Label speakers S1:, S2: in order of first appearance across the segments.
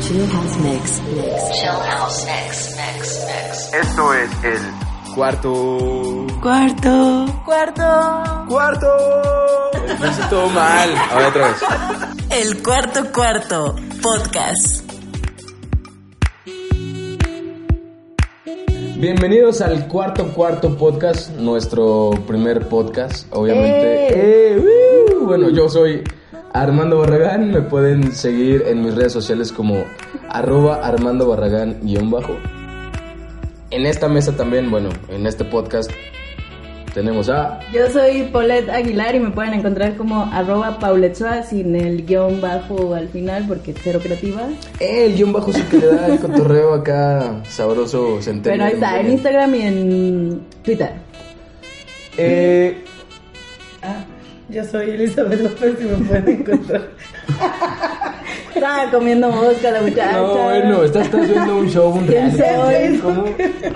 S1: Chill House Mix.
S2: Chill House Mix, Mix, Mix.
S3: Esto es el cuarto.
S1: Cuarto. Cuarto.
S3: ¡Cuarto! Lo hice todo mal. A ver, otra vez.
S1: El cuarto cuarto. Podcast.
S3: Bienvenidos al cuarto cuarto podcast, nuestro primer podcast, obviamente. Eh, uh, bueno, yo soy Armando Barragán, me pueden seguir en mis redes sociales como arroba Armando Barragán guión bajo. En esta mesa también, bueno, en este podcast tenemos a...
S4: Yo soy Paulette Aguilar y me pueden encontrar como arroba Paulette Suá sin el guión bajo al final porque cero creativa.
S3: Eh, el guión bajo se que le da el cotorreo acá sabroso centeno.
S4: Pero ahí está, en Instagram y en Twitter.
S3: Eh,
S5: Yo soy Elizabeth López y me pueden encontrar.
S4: Estaba comiendo mosca la muchacha.
S3: no, bueno, estás, estás viendo un show, un
S4: ¿Quién soy?
S3: reality. ¿Cómo?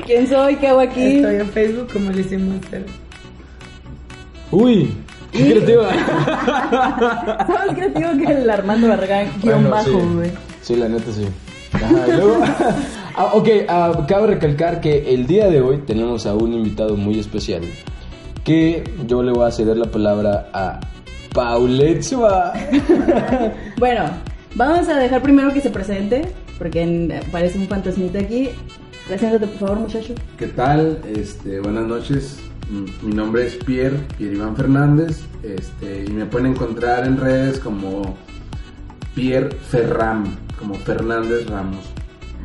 S4: ¿Quién soy? ¿Qué hago aquí?
S5: Estoy en Facebook como Alicia Monster.
S3: Uy, qué creativa.
S4: Soy más creativo que el Armando Barragán guión
S3: Bueno,
S4: bajo,
S3: sí.
S4: güey.
S3: Sí, la neta sí. Ajá, y luego- Ah, ok, ah, cabe recalcar que el día de hoy tenemos a un invitado muy especial que yo le voy a ceder la palabra a Paulette Suá.
S4: Bueno, vamos a dejar primero que se presente porque en- parece un fantasmita aquí. Preséntate, por favor, muchacho.
S6: ¿Qué tal? Este, buenas noches. Mm, Mi nombre es Pierre, Pierre Iván Fernández. Este, y me pueden encontrar en redes como Pierre Ferram, como Fernández Ramos.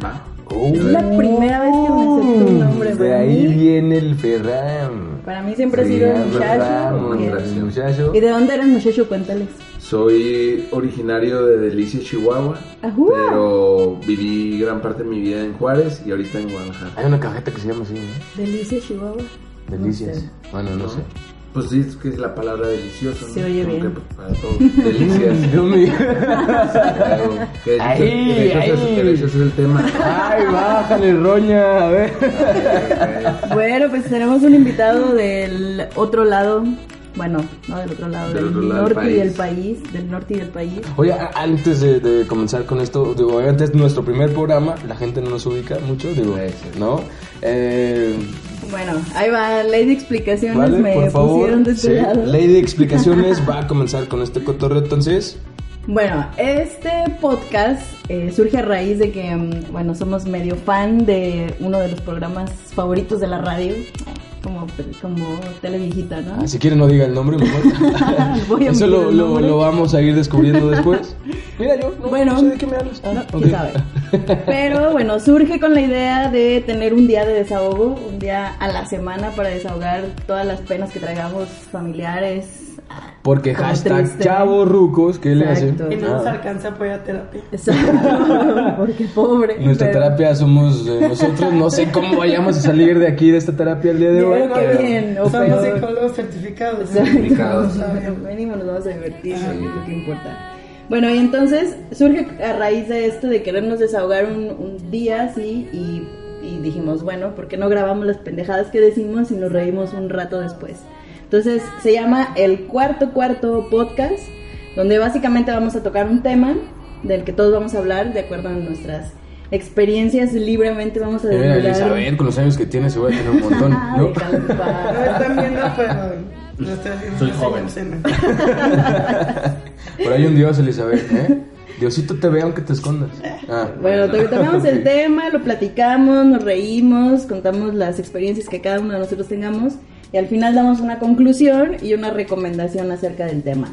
S6: ¿Va?
S4: Es la primera vez que me acepto un nombre,
S3: Oh. De
S4: para
S3: ahí
S4: mí.
S3: viene el Ferram.
S4: Para mí siempre ha sido el
S3: Ferran
S4: muchacho.
S3: Ramos,
S4: porque-
S3: el muchacho.
S4: ¿Y de dónde eres, muchacho? Cuéntales.
S6: Soy originario de Delicia, Chihuahua.
S4: Ajá.
S6: Pero viví gran parte de mi vida en Juárez y ahorita en Guadalajara.
S3: Hay una cajeta que se llama así, ¿eh?
S4: Delicia, Chihuahua.
S3: Delicias.
S4: No
S3: Bueno, no, sé.
S6: Pues sí, es que es la palabra delicioso. ¿no?
S4: Se oye
S6: Como
S4: bien.
S6: que para todo. Delicias.
S3: Dios mío.
S6: claro. Que de hecho-
S3: Ahí,
S6: que de hecho es-
S3: ahí.
S6: que de hecho es el tema.
S3: Ay, bájale, roña. A ver.
S6: Eh,
S4: Bueno, pues tenemos un invitado del otro lado. Bueno, no del otro lado,
S6: Del
S4: del,
S6: otro lado del
S4: norte y
S6: país.
S4: del país. Del norte y del país.
S3: Oye, a- antes de, de comenzar con esto, digo, antes de nuestro primer programa, la gente no nos ubica mucho, digo, ¿no? Eh,
S4: Bueno, ahí va, ley de explicaciones
S3: vale,
S4: me
S3: por favor.
S4: pusieron de este
S3: Sí,
S4: lado.
S3: Ley de explicaciones va a comenzar con este cotorreo, entonces.
S4: Bueno, este podcast eh, surge a raíz de que, mm, bueno, somos medio fan de uno de los programas favoritos de la radio, como, como Televijita, ¿no?
S3: ah, si quieren no diga el nombre, mejor.
S4: Voy a
S3: Eso
S4: meter
S3: lo,
S4: el
S3: lo-
S4: nombre.
S3: lo vamos a ir descubriendo después. Mira, yo no,
S4: Bueno.
S3: no sé de qué me hablas. Ah,
S4: No,
S3: ok.
S4: quién sabe. Pero bueno, surge con la idea de tener un día de desahogo, un día a la semana para desahogar todas las penas que traigamos familiares.
S3: Porque
S4: Como
S3: hashtag
S4: triste.
S3: chavos rucos, ¿qué le hacen?
S4: ¿eh? Exacto.
S5: Y no nos
S3: Ah.
S5: alcanza apoyo a terapia.
S4: Exacto, porque pobre.
S3: Nuestra
S4: pero-
S3: terapia somos eh, nosotros, no sé cómo vayamos a salir de aquí de esta terapia el día de
S4: Yo
S3: hoy.
S4: creo que
S3: pero-
S4: bien, o
S5: Somos
S4: peor.
S5: psicólogos certificados.
S6: Complicados.
S4: Exacto. Venimos, nos vamos a divertir, ¿no? ¿qué importa? Bueno, y entonces surge a raíz de esto de querernos desahogar un, un día así y, y dijimos, bueno, ¿por qué no grabamos las pendejadas que decimos y nos reímos un rato después? Entonces se llama el cuarto cuarto podcast, donde básicamente vamos a tocar un tema del que todos vamos a hablar de acuerdo a nuestras experiencias, libremente vamos a
S3: Eh, mira,
S4: desvelar-
S3: Elizabeth, con los años que tiene, se va a tener un montón.
S4: Ah,
S3: ¿no?
S4: déjalo en paz.
S5: No me están viendo, pero no estoy haciendo
S6: Soy
S5: una
S6: joven.
S5: señal
S3: Por ahí un Dios, Elizabeth, ¿eh? Diosito te ve aunque te escondas. Ah.
S4: Bueno, to- tocamos el tema, lo platicamos, nos reímos, contamos las experiencias que cada uno de nosotros tengamos y al final damos una conclusión y una recomendación acerca del tema.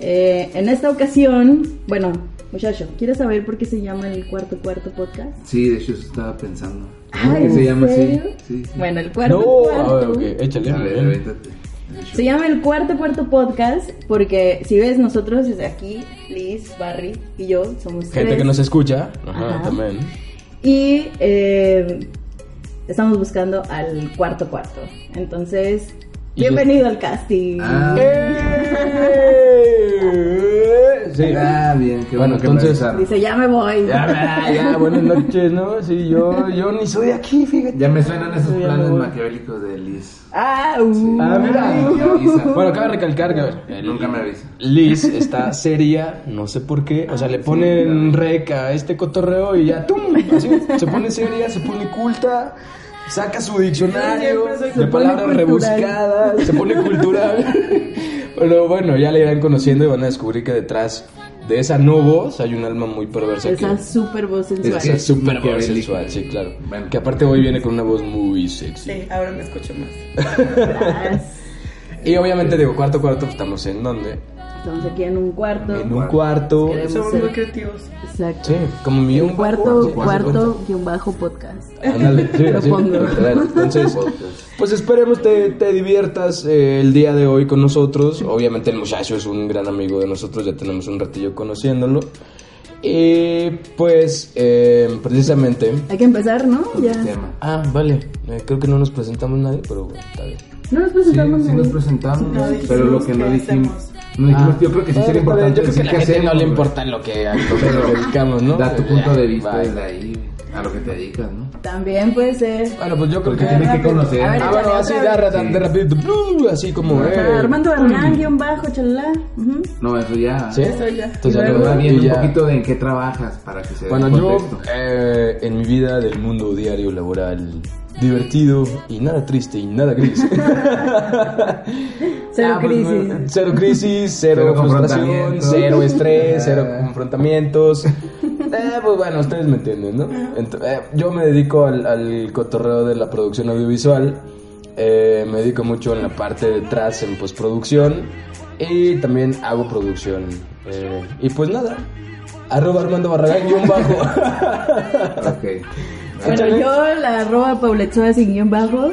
S4: Eh, en esta ocasión, bueno, muchacho, ¿quieres saber por qué se llama el cuarto cuarto podcast?
S6: Sí, de hecho eso estaba pensando.
S4: Ay,
S6: ¿Qué se
S4: Ah, ¿en
S6: llama así?
S4: serio?
S6: Sí, sí.
S4: Bueno, el cuarto
S3: No, a
S4: cuarto
S3: ver, ok, échale.
S6: A ver,
S3: bien.
S6: avéntate.
S4: Se llama El Cuarto Cuarto Podcast porque si ves nosotros desde aquí, Liz, Barry y yo somos
S3: Gente
S4: tres.
S3: que nos escucha. Ajá,
S4: Ajá.
S3: también.
S4: Y eh, estamos buscando al cuarto cuarto. Entonces,
S3: Y-
S4: bienvenido al casting.
S6: Ah,
S3: Sí.
S6: ah, bien, qué bueno
S3: Bueno, entonces-
S6: que me avisaron.
S4: Dice, ya me voy.
S3: Ya, ya, buenas noches, ¿no? Sí, yo, yo ni soy de aquí, fíjate.
S6: Ya me suenan esos
S3: Sí, ya
S6: planes
S3: me voy.
S6: maquiavélicos de Liz.
S4: Ah, uh.
S6: Nunca
S3: Ah,
S6: me avisa.
S3: Bueno, cabe recalcar que a ver,
S6: Nunca me avisa. Ah,
S3: Liz está seria, no sé por qué. O sea, le ponen rec a este cotorreo y ya, ¡tum! Así, se pone seria, se pone culta, saca su diccionario
S5: Yo siempre soy- se
S3: de
S5: pone
S3: palabras
S5: cultural.
S3: rebuscadas, se pone cultural. Pero bueno, ya le irán conociendo y van a descubrir que detrás de esa no voz hay un alma muy perversa
S4: Esa
S3: que.
S4: super voz sensual.
S3: Esa
S6: es
S3: súper
S6: maquiavélica.
S3: sensual, sí, claro.
S6: Bueno.
S3: Que aparte hoy viene con una voz muy sexy.
S5: Sí, ahora me escucho más.
S3: Y obviamente digo, cuarto, cuarto, pues, estamos en donde?
S4: Estamos aquí en un cuarto.
S3: En un cuarto.
S4: Queremos
S5: Somos
S4: ser-
S5: muy creativos.
S4: Exacto.
S3: Sí, como mi
S4: Un cuarto,
S3: cuarto.
S4: cuarto, guión bajo podcast.
S3: Ándale, sí, así,
S4: pongo.
S3: literal. Entonces, pues esperemos te, te diviertas eh, el día de hoy con nosotros. Obviamente el muchacho es un gran amigo de nosotros, ya tenemos un ratillo conociéndolo. Y pues, eh, precisamente...
S4: Hay que empezar, ¿no?
S6: Con
S4: Ya.
S6: el tema.
S3: Ah, vale, eh, creo que no nos presentamos nadie, pero bueno, está bien.
S4: No nos
S6: Sí,
S4: presentamos.
S6: sí
S4: nadie.
S6: nos presentamos,
S5: No dijimos
S6: pero lo que no
S5: qué
S6: dijimos.
S5: hacemos.
S6: No dijimos,
S3: Ah.
S6: yo creo que sí
S3: Eh,
S6: sería
S3: está bien,
S6: importante.
S3: Yo creo que a
S6: decir
S3: la
S6: qué
S3: gente no
S6: hacemos,
S3: le
S6: güey.
S3: importa lo que, a lo que nos dedicamos, ¿no?
S6: Da tu
S3: Pues,
S6: punto
S3: ya,
S6: de vista
S3: va.
S6: desde ahí, a lo que te dedicas, ¿no?
S4: También puede ser.
S3: Bueno, pues yo creo
S6: Porque
S3: que...
S6: tienes que
S4: A ver,
S6: conocer.
S3: Ah,
S4: échale
S3: bueno,
S4: otra
S3: así,
S4: vez.
S3: da, de, de rapidito, ¡plum! así como...
S4: O sea,
S3: eh.
S4: Armando Hernán, guión bajo, chalala. Ujú.
S6: No, eso ya.
S3: ¿Sí?
S5: Eso ya.
S3: Entonces ya
S6: Pero
S3: lo
S6: va
S3: va
S6: bien
S3: y
S6: un
S3: ya.
S6: poquito de en qué trabajas para que se
S3: Bueno,
S6: dé
S3: yo
S6: contexto.
S3: eh, en mi vida del mundo diario laboral divertido y nada triste y nada gris.
S4: Cero
S3: Ah, pues,
S4: crisis.
S3: no, cero crisis, cero,
S6: Cero
S3: frustración,
S6: confrontamientos.
S3: cero estrés, cero
S6: Ah.
S3: confrontamientos. Eh, pues bueno, ustedes me entienden, ¿no? Ent- eh, yo me dedico al, al cotorreo de la producción audiovisual. eh, me dedico mucho en la parte detrás, en postproducción. Y también hago producción. eh, y pues nada, arroba Armando Barragán guión bajo.
S6: Ok.
S4: Bueno, yo la arroba pauletzoa sin guión bajo.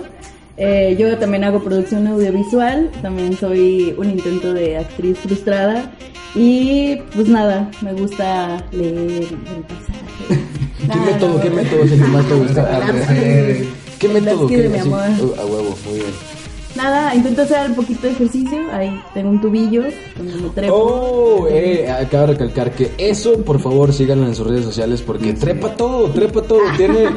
S4: Eh, yo también hago producción audiovisual. También soy un intento de actriz frustrada. Y pues nada, me gusta leer el pasaje.
S3: ¿Qué
S4: Nada,
S3: método,
S4: no,
S3: qué
S4: no.
S3: método es el que más te gusta?
S4: Ah,
S3: Eh, ¿Qué
S4: Las
S3: método?
S4: quiero,
S3: ¿Qué-
S4: mi
S3: así?
S4: amor.
S3: Uh, a huevo, muy bien.
S4: Nada, intento hacer un poquito de ejercicio. Ahí tengo un tubillo donde me trepo.
S3: Oh, eh, acabo de recalcar que eso, por favor, síganlo en sus redes sociales porque trepa todo, trepa todo. Tiene.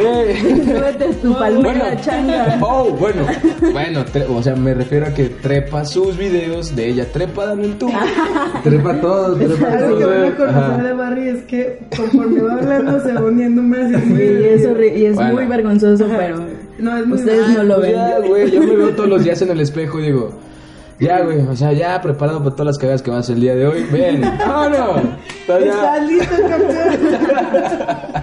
S3: tiene...
S4: Súbete tu palmera changa.
S3: oh, bueno, bueno, tre- o sea, me refiero a que trepa sus videos de ella, trepa dando el tubo.
S6: Trepa todo, trepa
S5: Algo que
S6: todo.
S5: van a
S3: Ajá.
S5: conocer de Barry es que conforme va hablando se va uniendo más y es
S4: Y
S5: muy...
S4: es, horri- y es
S3: Bueno.
S4: muy vergonzoso, pero
S5: No, es muy
S4: ustedes no lo ven.
S3: Pues Ya, güey, yo me veo todos los días en el espejo y digo, ya, güey, o sea, ya preparado para todas las cagadas que vas a hacer el día de hoy. Ven, vámonos. Está ya.
S5: ¿Estás listo, campeón?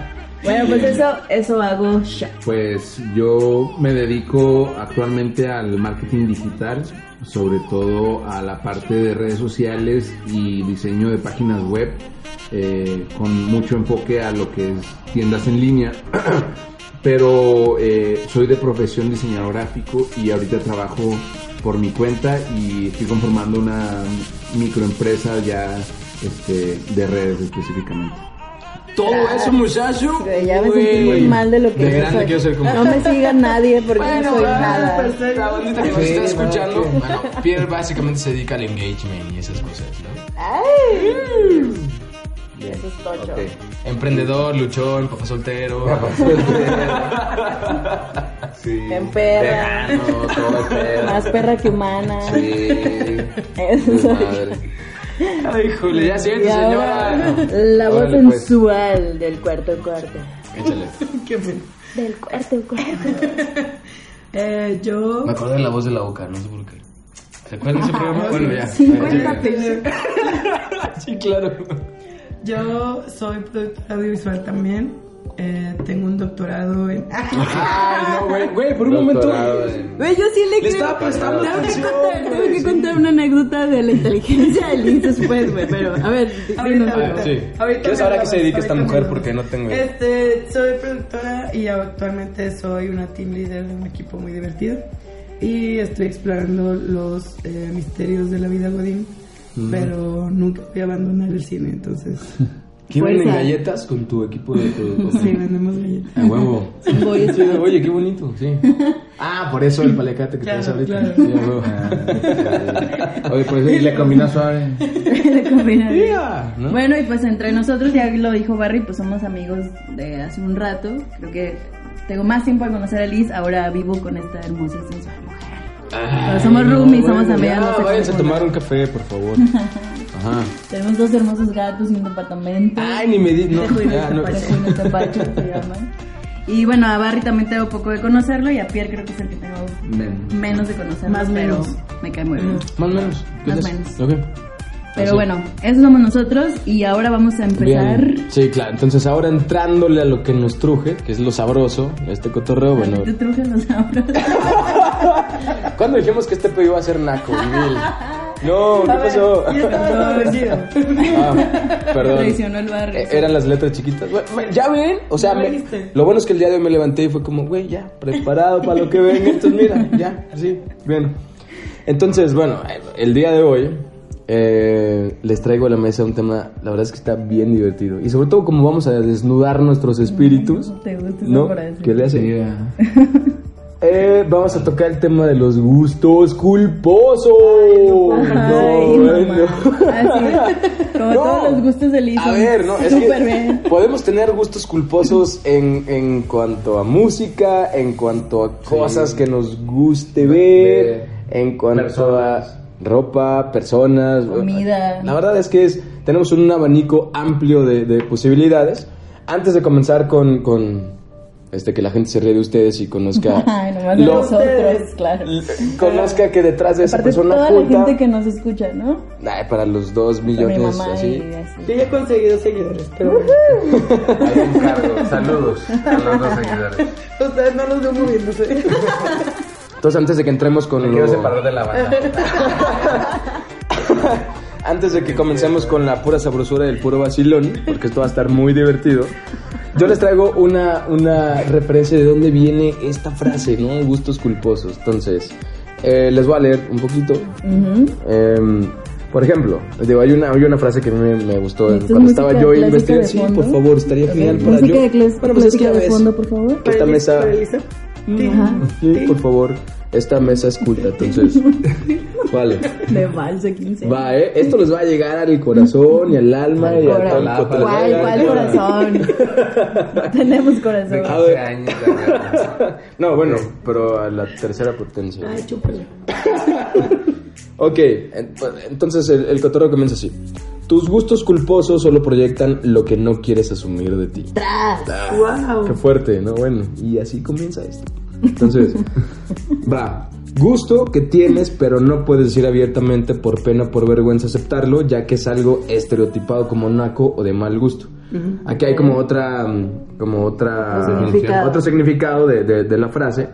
S4: Bueno, pues eso, eso hago ya.
S6: Pues yo me dedico actualmente al marketing digital, sobre todo a la parte de redes sociales y diseño de páginas web, eh, con mucho enfoque a lo que es tiendas en línea. Pero eh, soy de profesión diseñador gráfico y ahorita trabajo por mi cuenta y estoy conformando una microempresa ya este, de redes específicamente.
S3: Todo eso, muchacho.
S4: Ya me sentí muy
S3: Güey,
S4: mal de lo que
S3: De
S4: yo
S3: grande
S4: soy.
S3: quiero ser como.
S4: No me siga nadie porque
S3: Bueno,
S4: no soy
S3: va,
S4: nada.
S5: perfecto.
S3: La bandita que nos
S6: Sí,
S3: está
S6: no,
S3: escuchando.
S6: sí.
S3: Bueno, Pierre básicamente se dedica al engagement y esas cosas, ¿no?
S4: Ay. pues. Eso es tocho.
S3: Emprendedor, luchón, papá soltero.
S6: Sí.
S4: En perra.
S6: Vegano, todo perro.
S4: Más perra que humana.
S6: Sí.
S4: Eso soy.
S6: Madre.
S3: Ay, híjole, ya siente,
S4: Y ahora,
S3: señora.
S4: la voz
S6: Órale, pues.
S4: sensual del cuarto cuarto.
S3: Échale.
S5: Qué bueno.
S4: Del cuarto cuarto.
S5: Eh, yo...
S3: Me acordé de la voz de la boca, no sé por qué. ¿Se acuerdan de ese programa? Bueno, ya.
S4: 50
S3: Sí, claro.
S5: Yo soy productora audiovisual también. Eh, tengo un doctorado en...
S3: Ah, Ay, no, güey. Güey, por un momento.
S6: Doctorado en-
S4: Güey, yo sí le,
S3: Le
S4: creo.
S3: estaba prestando
S4: Tengo que
S3: atención,
S4: contar- tengo
S3: güey,
S4: que contar una anécdota de la inteligencia de Liz después, güey. Pero, a ver, dinos, güey.
S5: Ah,
S3: sí.
S5: Ahorita
S3: ¿Quieres
S5: me
S3: ahora
S5: lo-
S3: que se dedica esta
S5: ahorita
S3: mujer?
S5: me lo-
S3: Porque no tengo idea.
S5: Este, soy productora y actualmente soy una team leader de un equipo muy divertido. y estoy explorando los eh, misterios de la vida Godín, pero nunca voy a abandonar el cine, entonces
S3: ¿Qué venden
S4: Fuerza.
S3: galletas con tu equipo de productos?
S5: sí, vendemos galletas.
S3: A huevo.
S4: Voy a
S3: Sí, oye, qué bonito, sí. Ah, por eso el palacate que
S5: Claro,
S3: traes ahorita.
S5: claro.
S3: Sí, a huevo.
S6: Oye, por eso y le combina suave.
S4: Le combina bien.
S3: Yeah, ¿no?
S4: Bueno, y pues entre nosotros, ya lo dijo Barry, pues somos amigos de hace un rato. Creo que tengo más tiempo de conocer a Liz, ahora vivo con esta hermosa y sensual mujer. Pero somos
S3: Ay, no,
S4: roomies,
S3: bueno,
S4: somos amigas.
S3: ya,
S4: no sé
S3: váyanse a
S4: cómo.
S3: tomar un café, por favor. Ajá.
S4: Tenemos dos hermosos gatos y un departamento.
S3: Ay, ni me di. No,
S4: De Julio
S3: ya, no.
S4: Tapacho, Julio Tapacho se llama. Y bueno, a Barry también tengo poco de conocerlo y a Pierre creo que es el que tengo
S6: Men.
S4: menos de conocerlo.
S5: Más
S4: pero
S5: menos.
S4: Me cae
S3: Mm.
S4: muy bien.
S3: Más o menos. ¿Qué
S4: Más
S3: es?
S4: menos.
S3: Ok.
S4: Pero
S3: Así.
S4: bueno, esos somos nosotros y ahora vamos a empezar.
S3: Bien. Sí, claro. Entonces, ahora entrándole a lo que nos truje, que es lo sabroso, este cotorreo, bueno.
S4: Tú trujas los abrazos.
S3: ¿Cuándo dijimos que este pedo iba a ser naco? Mil. No, ¿qué pasó?
S4: Ya estaba establecido.
S3: Ah, perdón.
S4: Traicionó el barrio.
S3: Eh, Eran las letras chiquitas. Bueno, bueno, ya ven, o sea,
S5: Ya
S3: me-
S5: dijiste.
S3: lo bueno es que el día de hoy me levanté y fue como, güey, ya, preparado para lo que venga. Entonces, mira, ya, así, bueno. Entonces, bueno, eh, el día de hoy eh, les traigo a la mesa un tema, la verdad es que está bien divertido. Y sobre todo, como vamos a desnudar nuestros espíritus.
S4: Te gusta esa
S3: ¿No?
S4: frase.
S3: ¿Qué le hace? Eh, vamos a tocar el tema de los gustos culposos.
S4: Ay,
S3: No,
S4: no,
S3: ay, no.
S4: Así es. Como
S3: No.
S4: todos los gustos del hijo.
S3: A ver, no, es
S4: Súper
S3: que
S4: bien.
S3: podemos tener gustos culposos en, en cuanto a música, en cuanto a cosas que nos guste ver, en cuanto
S6: Personas.
S3: a ropa, personas,
S4: Comida.
S3: La verdad es que es, tenemos un abanico amplio de, de posibilidades. Antes de comenzar con, con, este que la gente se ríe de ustedes y conozca
S4: Ay, nomás de
S3: lo-
S4: nosotros, claro.
S3: conozca que detrás de esa
S4: Aparte,
S3: persona
S4: toda la
S3: oculta-
S4: gente que nos escucha, ¿no?
S3: Ay, para los dos
S4: Para mi
S3: millones
S4: mamá
S3: así.
S4: y así.
S5: Yo ya he conseguido seguidores, pero bueno,
S6: Ahí encargo. Saludos a los dos seguidores.
S5: ustedes no los veo moviéndose.
S3: Entonces, antes de que entremos con
S6: Me
S3: lo-
S6: quiero separar de la banda.
S3: Antes de que comencemos con la pura sabrosura del puro vacilón, porque esto va a estar muy divertido, yo les traigo una, una referencia de dónde viene esta frase, ¿no? Gustos culposos. Entonces, eh, les voy a leer un poquito. Em, por ejemplo, digo, hay una, hay una frase que a mí me, me gustó
S4: ¿Necesitas
S3: cuando estaba
S4: música
S3: yo
S4: clásica
S3: investigando.
S4: de
S3: Sí,
S4: fondo?
S3: por favor, estaría genial para yo.
S4: Música de clas-
S3: Bueno, pues es que
S4: clásica
S3: ya
S4: de
S3: ves.
S4: fondo, por favor.
S3: Esta mesa-
S5: Paraliza.
S3: Sí, por favor, esta mesa es culta, entonces. vale.
S4: De valsa 15.
S3: Va, ¿eh? Esto les va a llegar al corazón y al alma y a
S4: Ahora,
S3: todo el cotorreo.
S4: ¿Cuál, cuál corazón? Tenemos corazón.
S3: A ver.
S6: años, la verdad.
S3: No, bueno, pero a la tercera potencia.
S5: Ay, chúpala.
S3: Ok, en- entonces el, el cotorreo comienza así. Tus gustos culposos solo proyectan lo que no quieres asumir de ti. Ah, Qué
S5: Wow.
S3: fuerte, ¿no? Bueno, y así comienza esto. Entonces, va. Gusto que tienes, pero no puedes decir abiertamente por pena o por vergüenza aceptarlo, ya que es algo estereotipado como naco o de mal gusto. Aquí hay como otra, mm, como otra,
S4: Otro significado.
S3: otro significado de, de- de la frase.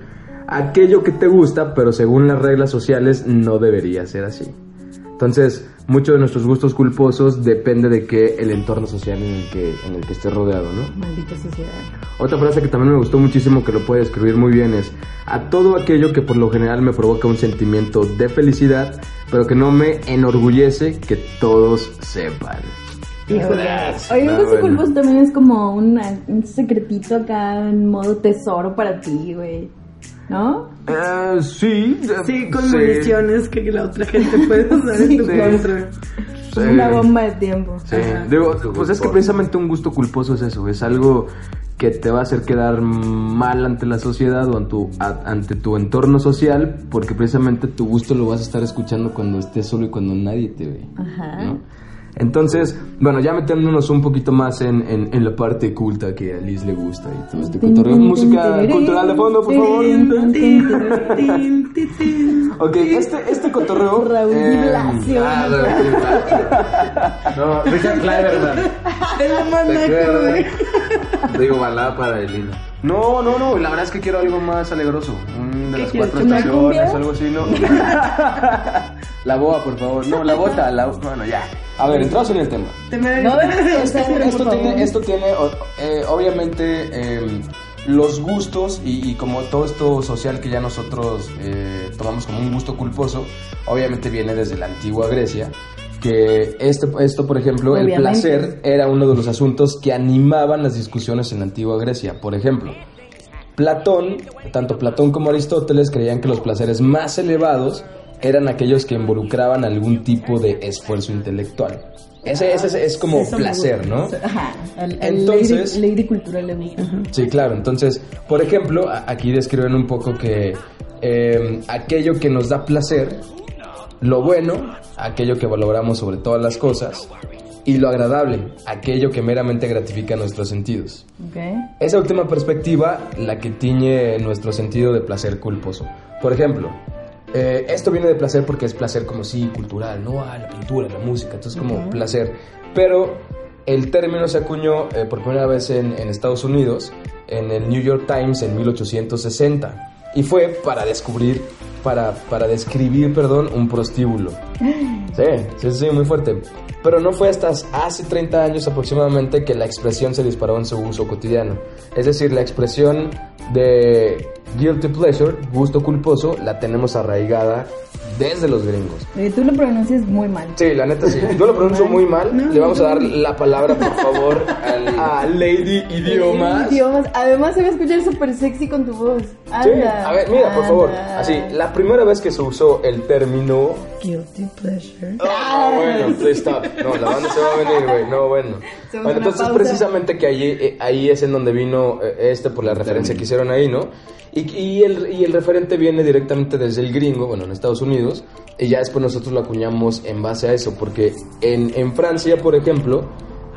S3: Aquello que te gusta, pero según las reglas sociales no debería ser así. Entonces, muchos de nuestros gustos culposos depende de que el entorno social en el que, en el que estés rodeado, ¿no?
S4: Maldita sociedad.
S3: Otra frase que también me gustó muchísimo, que lo puede describir muy bien, es a todo aquello que por lo general me provoca un sentimiento de felicidad, pero que no me enorgullece que todos sepan.
S4: Híjole. Oye,
S3: Ah,
S4: un gusto
S3: bueno.
S4: culposo también es como una- un secretito acá en modo tesoro para ti, güey. ¿no?
S3: Ah, sí,
S5: Sí, con municiones que la otra gente puede usar en tu
S3: Sí.
S5: contra.
S4: Como Una bomba de tiempo.
S3: Sí, digo, pues es que precisamente un gusto culposo es eso, es algo que te va a hacer quedar mal ante la sociedad o ante tu, a- ante tu entorno social, porque precisamente tu gusto lo vas a estar escuchando cuando estés solo y cuando nadie te ve.
S4: Ajá.
S3: ¿no? Entonces, bueno, ya metiéndonos un poquito más en, en- en la parte culta que a Liz le gusta y todo este
S4: Tin,
S3: cotorreo.
S4: tin,
S3: Música
S4: tin, tin,
S3: cultural de fondo, por
S4: tin,
S3: favor.
S4: tin, tin,
S5: Tin, tin, tin.
S3: Ok, este, este cotorreo.
S4: Raúl Di
S3: eh,
S4: Blasio.
S6: Ah, no, sí, claro. No, Richard Clyburn.
S5: Es lo más
S6: ¿Te
S5: naco, güey.
S6: acuerdas? Digo, balada para Elina.
S3: No, no, no, la verdad es que quiero algo más alegroso. Un de
S5: ¿Qué
S3: las
S5: quieres,
S3: cuatro
S5: una
S3: estaciones
S4: cumbia?
S3: o algo así, ¿no? la boa, por favor. No, la bota, la. Bueno, ya. A ver, entramos en el tema.
S5: Te me
S4: No,
S5: das-
S3: Esto,
S4: Por
S3: esto
S4: favor.
S3: tiene, esto tiene o- eh, obviamente, eh, los gustos y, y como todo esto social que ya nosotros eh, tomamos como un gusto culposo, obviamente viene desde la antigua Grecia, que este, esto, por ejemplo, el
S7: Obviamente.
S3: placer era uno de los asuntos que animaban las discusiones en la antigua Grecia. Por ejemplo, Platón, tanto Platón como Aristóteles creían que los placeres más elevados eran aquellos que involucraban algún tipo de esfuerzo intelectual. Ese, ese es- es como
S7: Eso me
S3: placer,
S7: gusta.
S3: ¿no?
S7: Ajá. El, el
S3: Entonces-
S7: lady, lady cultural le gusta.
S3: Sí, claro. Entonces, por ejemplo, a- aquí describen un poco que eh, aquello que nos da placer, lo bueno, aquello que valoramos sobre todas las cosas, y lo agradable, aquello que meramente gratifica nuestros sentidos.
S7: Ok.
S3: Esa última perspectiva, la que tiñe nuestro sentido de placer culposo. Por ejemplo, eh, esto viene de placer porque es placer como sí, cultural, ¿no? Ah, la pintura, la música, entonces como placer. Pero el término se acuñó eh, por primera vez en, en Estados Unidos, en el New York Times en 1860. Y fue para descubrir, para, para describir, perdón, un prostíbulo. Sí, sí, sí, muy fuerte. Pero no fue hasta hace 30 años aproximadamente que la expresión se disparó en su uso cotidiano. Es decir, la expresión de guilty pleasure, gusto culposo, la tenemos arraigada desde los gringos.
S7: Oye, tú lo pronuncias muy mal.
S3: Sí, la neta sí. Yo lo pronuncio muy mal. Le vamos a dar la palabra, por favor, al- a Lady Idiomas.
S8: Idiomas. Además se va a escuchar súper sexy con tu voz.
S3: Sí,
S8: Anda,
S3: a ver, mira, por favor.
S8: anda.
S3: Así, la primera vez que se usó el término
S5: Guilty pleasure.
S3: Ah, bueno, please stop. No, la banda se va a venir, güey. No, bueno.
S8: Hacemos
S3: Bueno,
S8: una
S3: entonces
S8: pausa.
S3: precisamente que ahí, eh, ahí es en donde vino eh, este por la referencia que hicieron ahí, ¿no? Y, y el, y el referente viene directamente desde el gringo, bueno, en Estados Unidos, y ya después nosotros lo acuñamos en base a eso, porque en, en Francia, por ejemplo,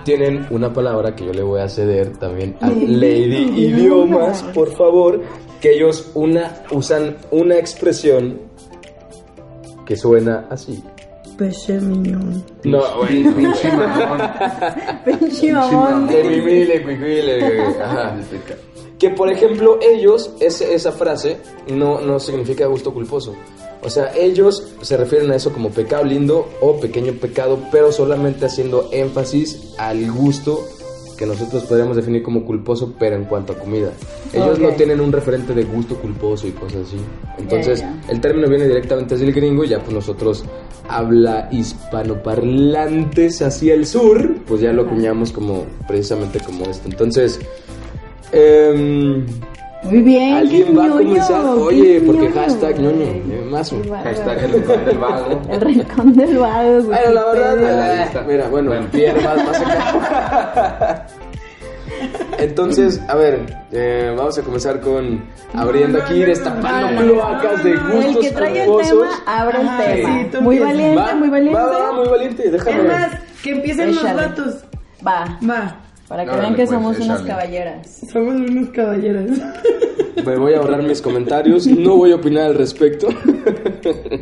S3: tienen una palabra que yo le voy a ceder también a Lady Idiomas, por favor, que ellos una, usan una expresión que suena así.
S5: Peche miñón.
S3: No, bueno, güey.
S8: Pinche mamón.
S3: De mi mile, cuicuile, güey. Ajá.
S6: Este,
S3: Que por ejemplo, ellos, ese- esa frase no, no significa gusto culposo. O sea, ellos se refieren a eso como pecado lindo o pequeño pecado, pero solamente haciendo énfasis al gusto que nosotros podríamos definir como culposo, pero en cuanto a comida. Ellos no
S7: Ok.
S3: tienen un referente de gusto culposo y cosas así. Entonces,
S7: Ya,
S3: el término viene directamente desde el gringo y ya pues nosotros habla hispanoparlantes hacia el sur, pues ya lo acuñamos como precisamente como esto. Entonces, em,
S7: Muy bien.
S3: alguien
S7: qué
S3: va a
S7: ñoño,
S3: comenzar,
S7: qué
S3: oye, porque
S7: ñoño.
S3: hashtag ñoño, eh, mazo.
S7: Qué bárbaro.
S6: Hashtag el rincón del vago.
S7: El rincón del vago, güey.
S3: Bueno, la
S6: pedo.
S3: verdad, eh,
S6: Ahí está.
S3: mira, bueno,
S6: Bueno.
S3: Pierre más, más acá. Entonces, a ver, eh, vamos a comenzar con abriendo aquí, destapando cloacas de
S7: El
S3: gustos
S7: que trae el
S3: culposos.
S7: tema, abre el
S5: Ajá,
S7: tema.
S5: sí, tú
S7: muy
S5: empieza.
S7: valiente,
S3: Va,
S7: muy valiente.
S3: Va, va, muy valiente, déjame.
S5: Es más, que empiecen
S7: Échale.
S5: los vatos.
S7: Va,
S5: Va.
S7: para que
S6: Órale,
S7: vean que
S6: pues,
S7: somos unas
S6: échale.
S7: caballeras.
S5: Somos unos caballeros.
S3: Me voy a ahorrar mis comentarios, no voy a opinar al respecto.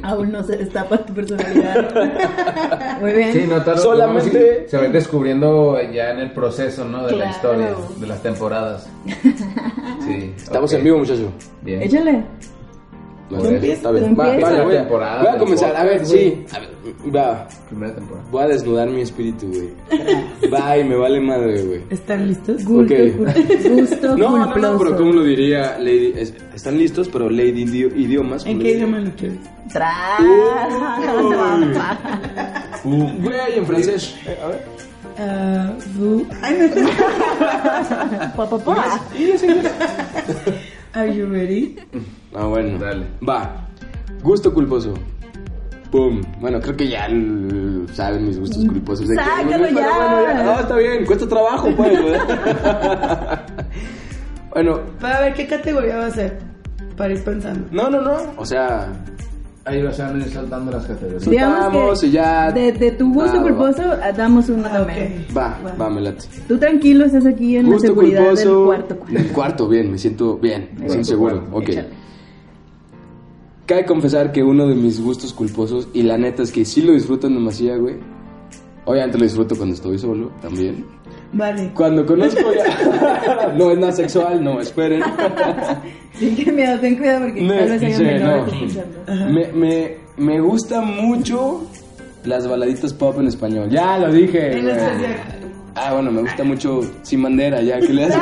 S7: Aún no se destapa tu personalidad. muy bien.
S6: Sí, notaron.
S3: Solamente-
S6: digamos, Se va descubriendo ya en el proceso, ¿no? De la
S7: Claro.
S6: historia, de las temporadas. Sí.
S3: Estamos
S6: ok,
S3: en vivo, muchachos.
S6: Bien.
S7: Échale.
S6: Pues,
S3: Está bien.
S7: tú
S3: Va,
S7: empiezas.
S3: vale, voy, a,
S6: Temporada
S3: voy a
S6: del
S3: comenzar. A ver,
S6: podcast,
S3: sí. A ver, va,
S6: Primera temporada.
S3: voy a desnudar mi espíritu, güey. Va y me vale madre, güey.
S5: ¿Están listos?
S3: Ok.
S7: Gusto
S3: No, no,
S7: culposo.
S3: no, pero ¿cómo lo diría Lady? Es- Están listos, pero Lady Idio- Idiomas.
S5: ¿En
S3: ¿cómo
S5: qué
S3: lo diría?
S5: idioma lo quieres?
S7: Tras.
S3: Güey, en francés. Eh, A ver.
S5: Ah, vous... Ay, no.
S7: Pa, pa, pa.
S3: Pues,
S5: Are you ready?
S3: Ah, bueno.
S6: Dale.
S3: Va. Gusto culposo. Pum. Bueno, creo que ya l- saben mis gustos culposos. de que-
S7: Sácalo
S3: Pero
S7: ya.
S3: bueno, No, está bien. Cuesta trabajo, pues. güey. bueno.
S5: Va a ver qué categoría va a ser. Para ir pensando.
S3: No, no, no. O sea,
S6: Ahí vas a ir saltando las categorías.
S7: Digamos
S3: Vamos
S7: que
S3: y ya.
S7: De, de tu
S3: Ah,
S7: gusto
S3: va.
S7: culposo, ah, damos uno también.
S5: Ok.
S3: va, va, me late.
S7: Tú tranquilo, estás aquí en la
S3: Gusto
S7: seguridad
S3: culposo.
S7: del cuarto. cuarto.
S3: Del cuarto, bien, me siento bien, me siento seguro.
S6: cuarto.
S3: Ok.
S7: Échale.
S3: Cabe confesar que uno de mis gustos culposos, y la neta es que sí lo disfruto en demasía, güey. Obviamente lo disfruto cuando estoy solo también.
S5: Vale.
S3: Cuando conozco ya. no es nada sexual, no, esperen.
S7: Sí, qué miedo, ten cuidado porque
S3: No,
S7: tal vez haya
S3: sí,
S7: menores
S3: no.
S7: escuchando.
S3: me, me, me gusta mucho las baladitas pop en español. Ya lo dije.
S5: En
S3: güey.
S5: especial.
S3: Ah, bueno, me gusta mucho Sin Bandera, ya que le hace.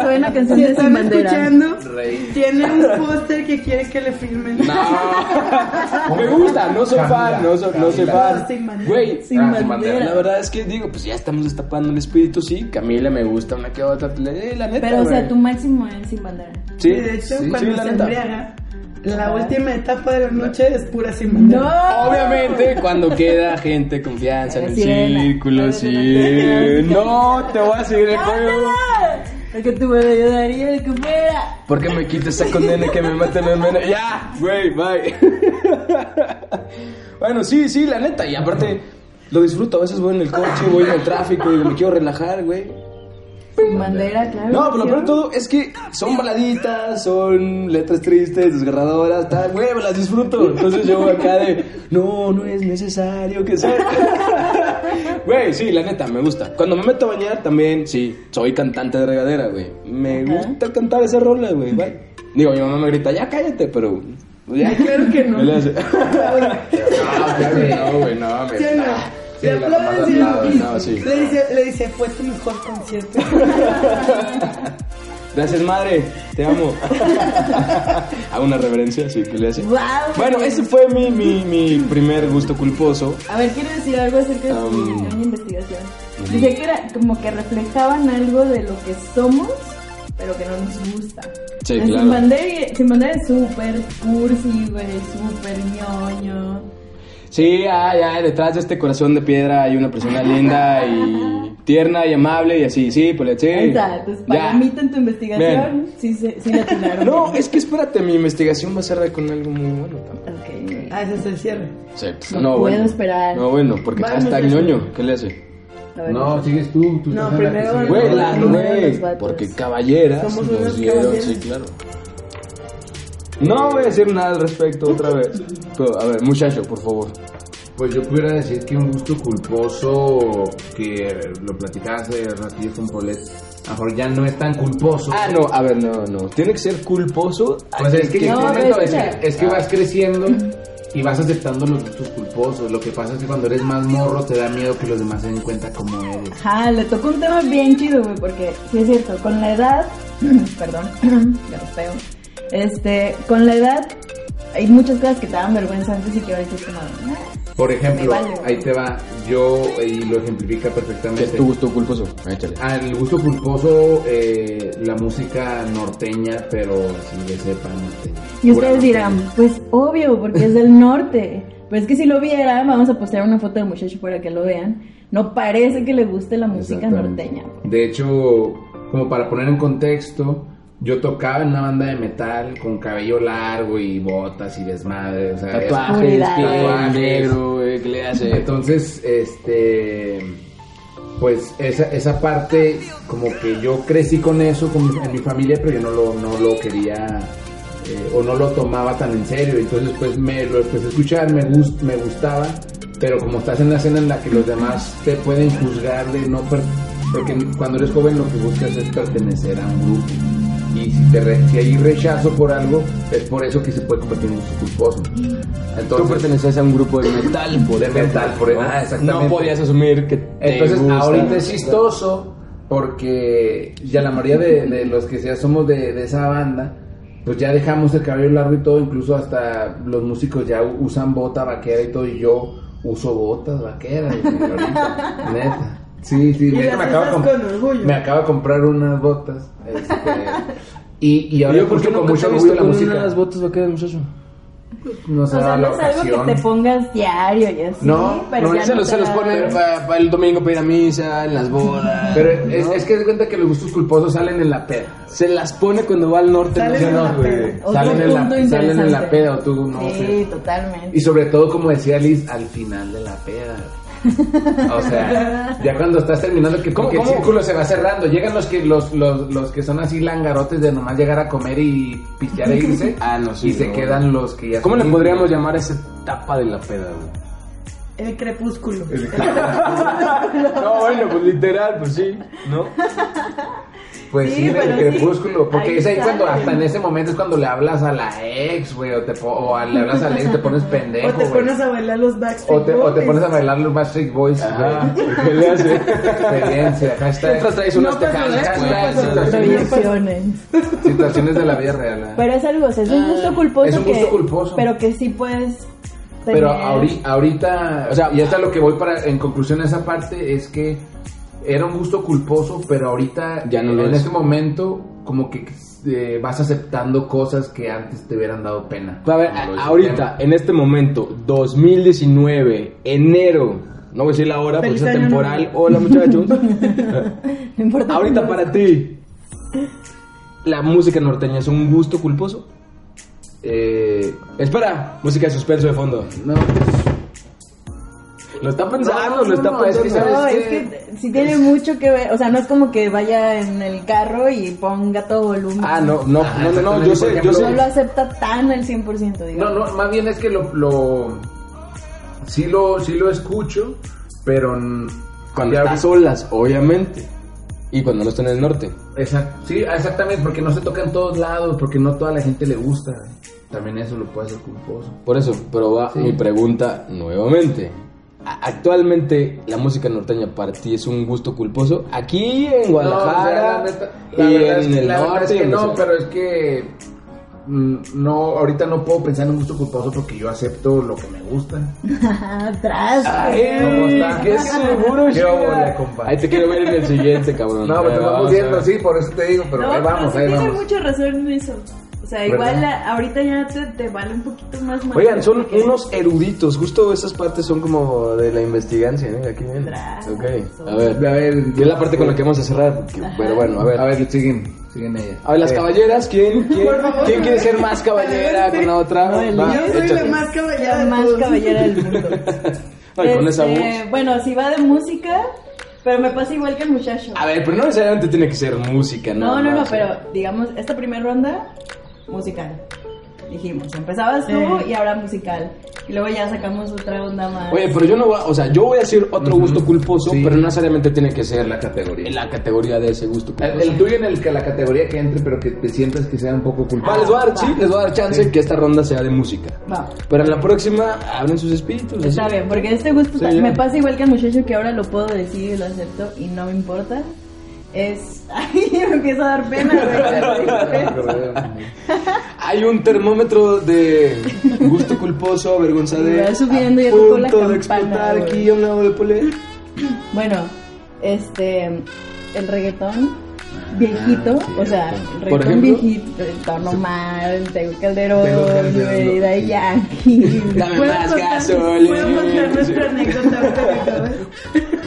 S7: Suena canción
S5: Si
S7: de Sin
S5: están
S7: Bandera.
S5: escuchando,
S6: Rey.
S5: tiene un póster que quiere que le firmen.
S3: No, me gusta, no soy fan, no soy, no soy
S5: Camila.
S3: fan.
S5: Sin bandera.
S3: Güey,
S5: Sin
S3: ah,
S6: bandera.
S3: La verdad es que digo, pues ya estamos destapando el espíritu, sí. Camila me gusta una que otra. eh, la neta,
S4: Pero, o sea,
S3: güey.
S4: tu máximo es sin bandera.
S3: Sí,
S5: Y de hecho,
S3: sí,
S5: cuando
S3: sí, la
S5: se
S3: neta.
S5: embriaga, la última etapa de la noche es pura sin bandera.
S3: Obviamente, cuando queda gente confianza en el
S4: Sirena.
S3: círculo, sí. No, te voy a seguir el juego.
S4: El que tú me ayudaría, el que fuera.
S3: ¿Por qué me quites esa condena que me maten los menos? Ya, güey, bye. bueno, sí, sí, la neta. Y aparte, lo disfruto. A veces voy en el coche, voy en el tráfico, y me quiero relajar, güey.
S4: Sin bandera, claro.
S3: No, pero lo peor de todo es que son baladitas, son letras tristes, desgarradoras, tal, güey, me las disfruto. Entonces yo acá de, no, no es necesario que sea. Güey, sí, la neta, me gusta. Cuando me meto a bañar también, sí, soy cantante de regadera, güey. Me gusta cantar esa rola, güey, bye. Digo, mi mamá me grita, ya cállate, pero... pues, Ya, claro que no.
S6: No, claro que no, güey, no,
S5: ¿Sí o
S6: me-
S5: no?
S6: Sí,
S5: Le
S6: la
S5: aplauden,
S6: tomas
S5: ¿sí o
S6: al
S5: no?
S6: lado, no, sí.
S5: Le dice, le dice, fue tu mejor concierto.
S3: Gracias, madre. Te amo. Hago una reverencia, sí, que le hace.
S4: Guau.
S3: Bueno, ese fue mi, mi, mi primer gusto culposo.
S4: A ver, quiero decir algo acerca de su
S3: Um.
S4: investigación y investigación. Dice que era como que reflejaban algo de lo que somos, pero que no nos gusta.
S3: Sí,
S4: O sea,
S3: claro.
S4: Sin bandera, sin bandera es súper cursi, güey, súper ñoño.
S3: Sí, ay, ay, detrás de este corazón de piedra hay una persona linda y tierna y amable y así, sí, pues sí.
S4: Ahí está, entonces,
S3: Ya.
S4: palomita en tu investigación,
S3: Bien.
S4: sí, se- sí la atinaron.
S3: No, es que espérate, mi investigación va a ser con algo muy bueno también.
S4: Ok.
S5: Ah, ese es el cierre.
S3: Sí, pues,
S4: No puedo esperar.
S3: No, bueno, porque
S5: Vamos,
S3: hashtag
S5: ya.
S3: ñoño, ¿qué le hace?
S4: A ver.
S6: No, sigues tú. tú
S5: No,
S6: estás en la que
S5: primero
S6: sigue.
S3: Güey, la
S4: Primero
S3: güey,
S4: los vatos.
S3: Porque caballeras
S5: Somos
S3: nos
S5: unas
S3: dieron-
S5: caballeras.
S3: sí, claro. No voy a decir nada al respecto otra vez. Pero, a ver, muchacho, por favor.
S6: Pues yo pudiera decir que un gusto culposo que lo platicabas de ratillo con Polet, a lo mejor ya no es tan culposo.
S3: Ah, no, a ver, no, no. Tiene que ser culposo.
S6: Pues es que,
S4: No,
S6: en un momento,
S4: pero
S6: es,
S4: escucha.
S6: que, es que
S3: Ah.
S6: vas creciendo y vas aceptando los gustos culposos. Lo que pasa es que cuando eres más morro te da miedo que los demás se den cuenta cómo eres.
S4: Ajá, le tocó un tema bien chido, güey, porque sí es cierto, con la edad, perdón, me rompeo, este, con la edad hay muchas cosas que te dan vergüenza antes y que ahora dices como, "Ah".
S6: Por ejemplo,
S4: Me vale.
S6: ahí te va, yo, y lo ejemplifica
S3: ¿Qué
S6: perfectamente.
S3: es tu gusto culposo? Échale.
S6: Al gusto culposo, eh, la música norteña, pero si le sepa norteña.
S4: y
S6: Pura
S4: ustedes
S6: norteña.
S4: dirán, pues obvio, porque es del norte, pero es que si lo viera, vamos a postear una foto del muchacho para que lo vean, no parece que le guste la música
S6: Exactamente.
S4: norteña.
S6: De hecho, como para poner en contexto, yo tocaba en una banda de metal con cabello largo y botas y desmadre. O sea, es-
S3: Tatuajes,
S6: Tatuajes.
S3: tatuajes, negro, eh, ¿qué le hace?
S6: Entonces, este. Pues esa, esa parte, como que yo crecí con eso con mi- en mi familia, pero yo no lo, no lo quería eh, o no lo tomaba tan en serio. Entonces, pues me lo empecé a escuchar, me, gust- me gustaba, pero como estás en la escena en la que los demás te pueden juzgar de no. per- porque cuando eres joven lo que buscas es pertenecer a un grupo. Y si, te re- si hay rechazo por algo, es por eso que se puede convertir en un culposo.
S3: Tú
S6: Entonces,
S3: perteneces a un grupo de metal, por
S6: De
S3: ejemplo,
S6: metal, por-
S3: ¿no?
S6: ah, exactamente.
S3: No podías asumir que te
S6: Entonces
S3: gusta.
S6: ahorita es chistoso porque ya la mayoría de, de los que ya somos de, de esa banda, pues ya dejamos el cabello largo y todo, incluso hasta los músicos ya u- usan bota vaquera y todo, y yo uso botas vaqueras, güey, ahorita, neta. Sí, sí,
S5: Y
S6: neta,
S5: las
S6: me acabo, de
S5: usas
S6: comp-
S5: con orgullo.
S6: me acabo de comprar unas botas. este, y, y ahora
S3: Yo, ¿por qué
S6: escucho con mucho
S3: nunca te he
S6: orgullo
S3: visto
S6: la
S3: con
S6: música.
S3: unas botas vaqueras, muchacho?
S6: No
S4: O
S6: se ha
S4: sea,
S6: dado
S4: no
S6: la
S4: es algo
S6: ocasión.
S4: que te pongas diario y así,
S6: No,
S4: pero
S3: No,
S4: ya
S3: se
S4: no
S3: los,
S4: te
S3: se los
S4: da-
S3: ponen para, el domingo para ir a misa, en las bodas.
S6: Pero es, es que se cuenta que los gustos culposos salen en la peda.
S3: se las pone cuando va al norte.
S5: Salen
S3: sé,
S5: en la peda.
S3: güey.
S4: Otro
S6: salen, en la,
S4: punto
S6: salen en la
S4: interesante.
S6: peda o tú no
S4: Sí,
S6: sé.
S4: totalmente.
S6: Y sobre todo, como decía Liz, al final de la peda. O sea, ya cuando estás terminando, que como
S3: ¿Cómo,
S6: que el
S3: cómo?
S6: círculo se va cerrando. Llegan los que los, los, los que son así langarotes de nomás llegar a comer y pistear e irse.
S3: Ah, no, sí,
S6: Y se
S3: no.
S6: quedan los que ya
S3: ¿Cómo
S6: son
S3: le podríamos
S6: íntimos.
S3: llamar a esa etapa de la peda, güey?
S5: El crepúsculo.
S3: No, bueno, pues literal, pues sí, ¿no?
S6: Pues sí,
S4: Sí,
S6: del
S4: pero sí.
S6: crepúsculo. Porque
S4: Ahí
S6: es ahí cuando,
S4: sale.
S6: hasta en ese momento, es cuando le hablas a la ex, güey. O, te po- o a- le hablas a la ex, te pones pendejo.
S5: O te
S6: güey.
S5: pones a bailar los Backstreet
S6: O te, o te
S5: Boys.
S6: pones a bailar los Backstreet Boys.
S3: Ajá.
S6: güey.
S3: ¿Qué le hace?
S6: Experiencia, hashtag.
S3: Mientras traes unas tejanas,
S6: güey.
S3: güey.
S4: Proyecciones.
S6: Situaciones de la vida real. ¿eh?
S4: Pero es algo, o sea, es un gusto culposo.
S6: Ah, es un gusto
S4: que-
S6: culposo.
S4: Pero que sí puedes. Tener...
S6: Pero ahori- ahorita, o sea, y hasta lo que voy para, en conclusión a esa parte es que era un gusto culposo, pero ahorita,
S3: Ya no lo
S6: en
S3: es.
S6: este momento, como que eh, vas aceptando cosas que antes te hubieran dado pena.
S3: A ver,
S6: Como lo
S3: a-
S6: es el
S3: ahorita, en este momento, 2019, enero, no voy a decir la hora porque
S5: Feliz
S3: está
S5: año
S3: temporal.
S5: nuevo.
S3: Hola muchachos.
S4: No importa.
S3: ahorita para ti, la música norteña es un gusto culposo.
S6: Eh,
S3: Espera, música de suspenso de fondo.
S6: no, pues,
S3: Lo está pensando,
S6: No, no,
S3: lo está
S6: no, es
S3: pensando.
S6: que
S4: No,
S6: ¿sabes
S4: es
S6: qué?
S4: que sí tiene mucho que ver. O sea, no es como que vaya en el carro y ponga todo volumen.
S3: Ah, no, no,
S6: Ah,
S3: no, no, no,
S6: exactamente,
S3: yo
S6: por
S3: sé, yo
S6: ejemplo,
S4: No lo
S3: sé.
S4: acepta tan al 100%,
S6: no,
S4: digamos.
S6: no, más bien es que lo, lo sí lo, sí lo escucho, pero n-
S3: Cuando
S6: ya
S3: estás solas, obviamente. Y cuando no está en el norte.
S6: Exacto. Sí, exactamente, porque no se toca en todos lados, porque no toda la gente le gusta. También eso lo puede hacer culposo.
S3: Por eso, pero va mi pregunta nuevamente. A- Actualmente la música norteña para ti es un gusto culposo. Aquí en
S6: No, o sea, la
S3: Guadalajara
S6: neta- la
S3: y
S6: verdad es
S3: en
S6: que-
S3: el
S6: la verdad
S3: norte.
S6: es que
S3: en los-
S6: no, pero es que mm, no, ahorita no puedo pensar en un gusto culposo porque yo acepto lo que me gusta.
S4: Ajá, atrás.
S6: Ah,
S4: pues.
S6: eh, ¿Cómo está?
S3: ¡Qué seguro,
S6: ¿Qué
S3: Shira?
S6: hubo, compa?
S3: Ahí te quiero ver en el siguiente, cabrón.
S6: No, pero te
S3: Vamos
S6: vamos
S3: a
S6: viendo,
S3: ver.
S6: sí, por eso te digo, pero
S7: No,
S6: ahí vamos,
S7: sí
S6: ahí
S7: tiene
S6: vamos.
S7: mucha razón en eso. O sea,
S6: ¿Verdad?
S7: igual a- ahorita ya te, te vale un poquito más madre,
S3: Oigan, son
S7: porque-
S3: unos eruditos. Justo esas partes son como de la investigancia, ¿eh? Aquí viene. Ok, a ver.
S6: A ver,
S3: Y es la parte con la que vamos a cerrar. porque- pero bueno, a ver.
S6: A ver, siguen, siguen ellas.
S3: A ver, las
S6: Eh,
S3: caballeras, ¿quién, quién,
S5: Por favor.
S3: ¿quién quiere ser más caballera con la otra? Va,
S5: Yo soy la
S3: échate.
S5: más caballera
S4: La
S5: de
S4: más
S5: todos.
S4: caballera del mundo.
S3: No, y con esa voz.
S4: Este, Bueno, si va de música, pero me pasa igual que el muchacho.
S3: A ver, pero no necesariamente tiene que ser música, eh. ¿no?
S4: No, no, no, pero digamos, esta primera ronda, musical. Dijimos, empezabas tú
S5: Sí.
S4: y ahora musical. Y luego ya sacamos otra onda más.
S3: Oye, pero yo no voy a, o sea, yo voy a decir otro gusto culposo,
S6: Sí.
S3: pero no necesariamente tiene que ser la,
S6: categoría.
S3: la categoría Eh, de ese gusto culposo.
S6: El, el tuyo en el que la categoría que entre, pero que te sientas que sea un poco
S3: Va, les
S6: culpable.
S3: voy a dar, eh, sí, les voy a dar chance que esta ronda sea de música.
S4: Va.
S3: Pero en la próxima, abren sus espíritus.
S4: Está
S3: así.
S4: bien, porque este gusto
S3: Sí,
S4: ta-
S3: ya.
S4: me pasa igual que al muchacho que ahora lo puedo decir y lo acepto y no me importa. Es. Ay, me empieza a dar pena, güey.
S3: Hay un termómetro de gusto culposo, vergüenza de.
S4: Va subiendo y
S3: a
S4: ya tocó la
S3: punto
S4: campana,
S3: de explotar
S4: güey.
S3: aquí a un lado de Pole.
S4: bueno, este. El reggaetón viejito,
S5: Ah,
S4: o sea, el
S3: Por
S4: reggaetón
S3: ejemplo.
S4: viejito, el tono mal, Tego Calderón,
S6: Tego Calderón,
S4: güey, Daddy
S6: sí.
S4: Yankee.
S3: Dame
S5: ¿Puedo
S3: más
S5: contar- ¿Puedo contar
S3: gasolina.
S5: nuestra anécdota ahorita que acabas?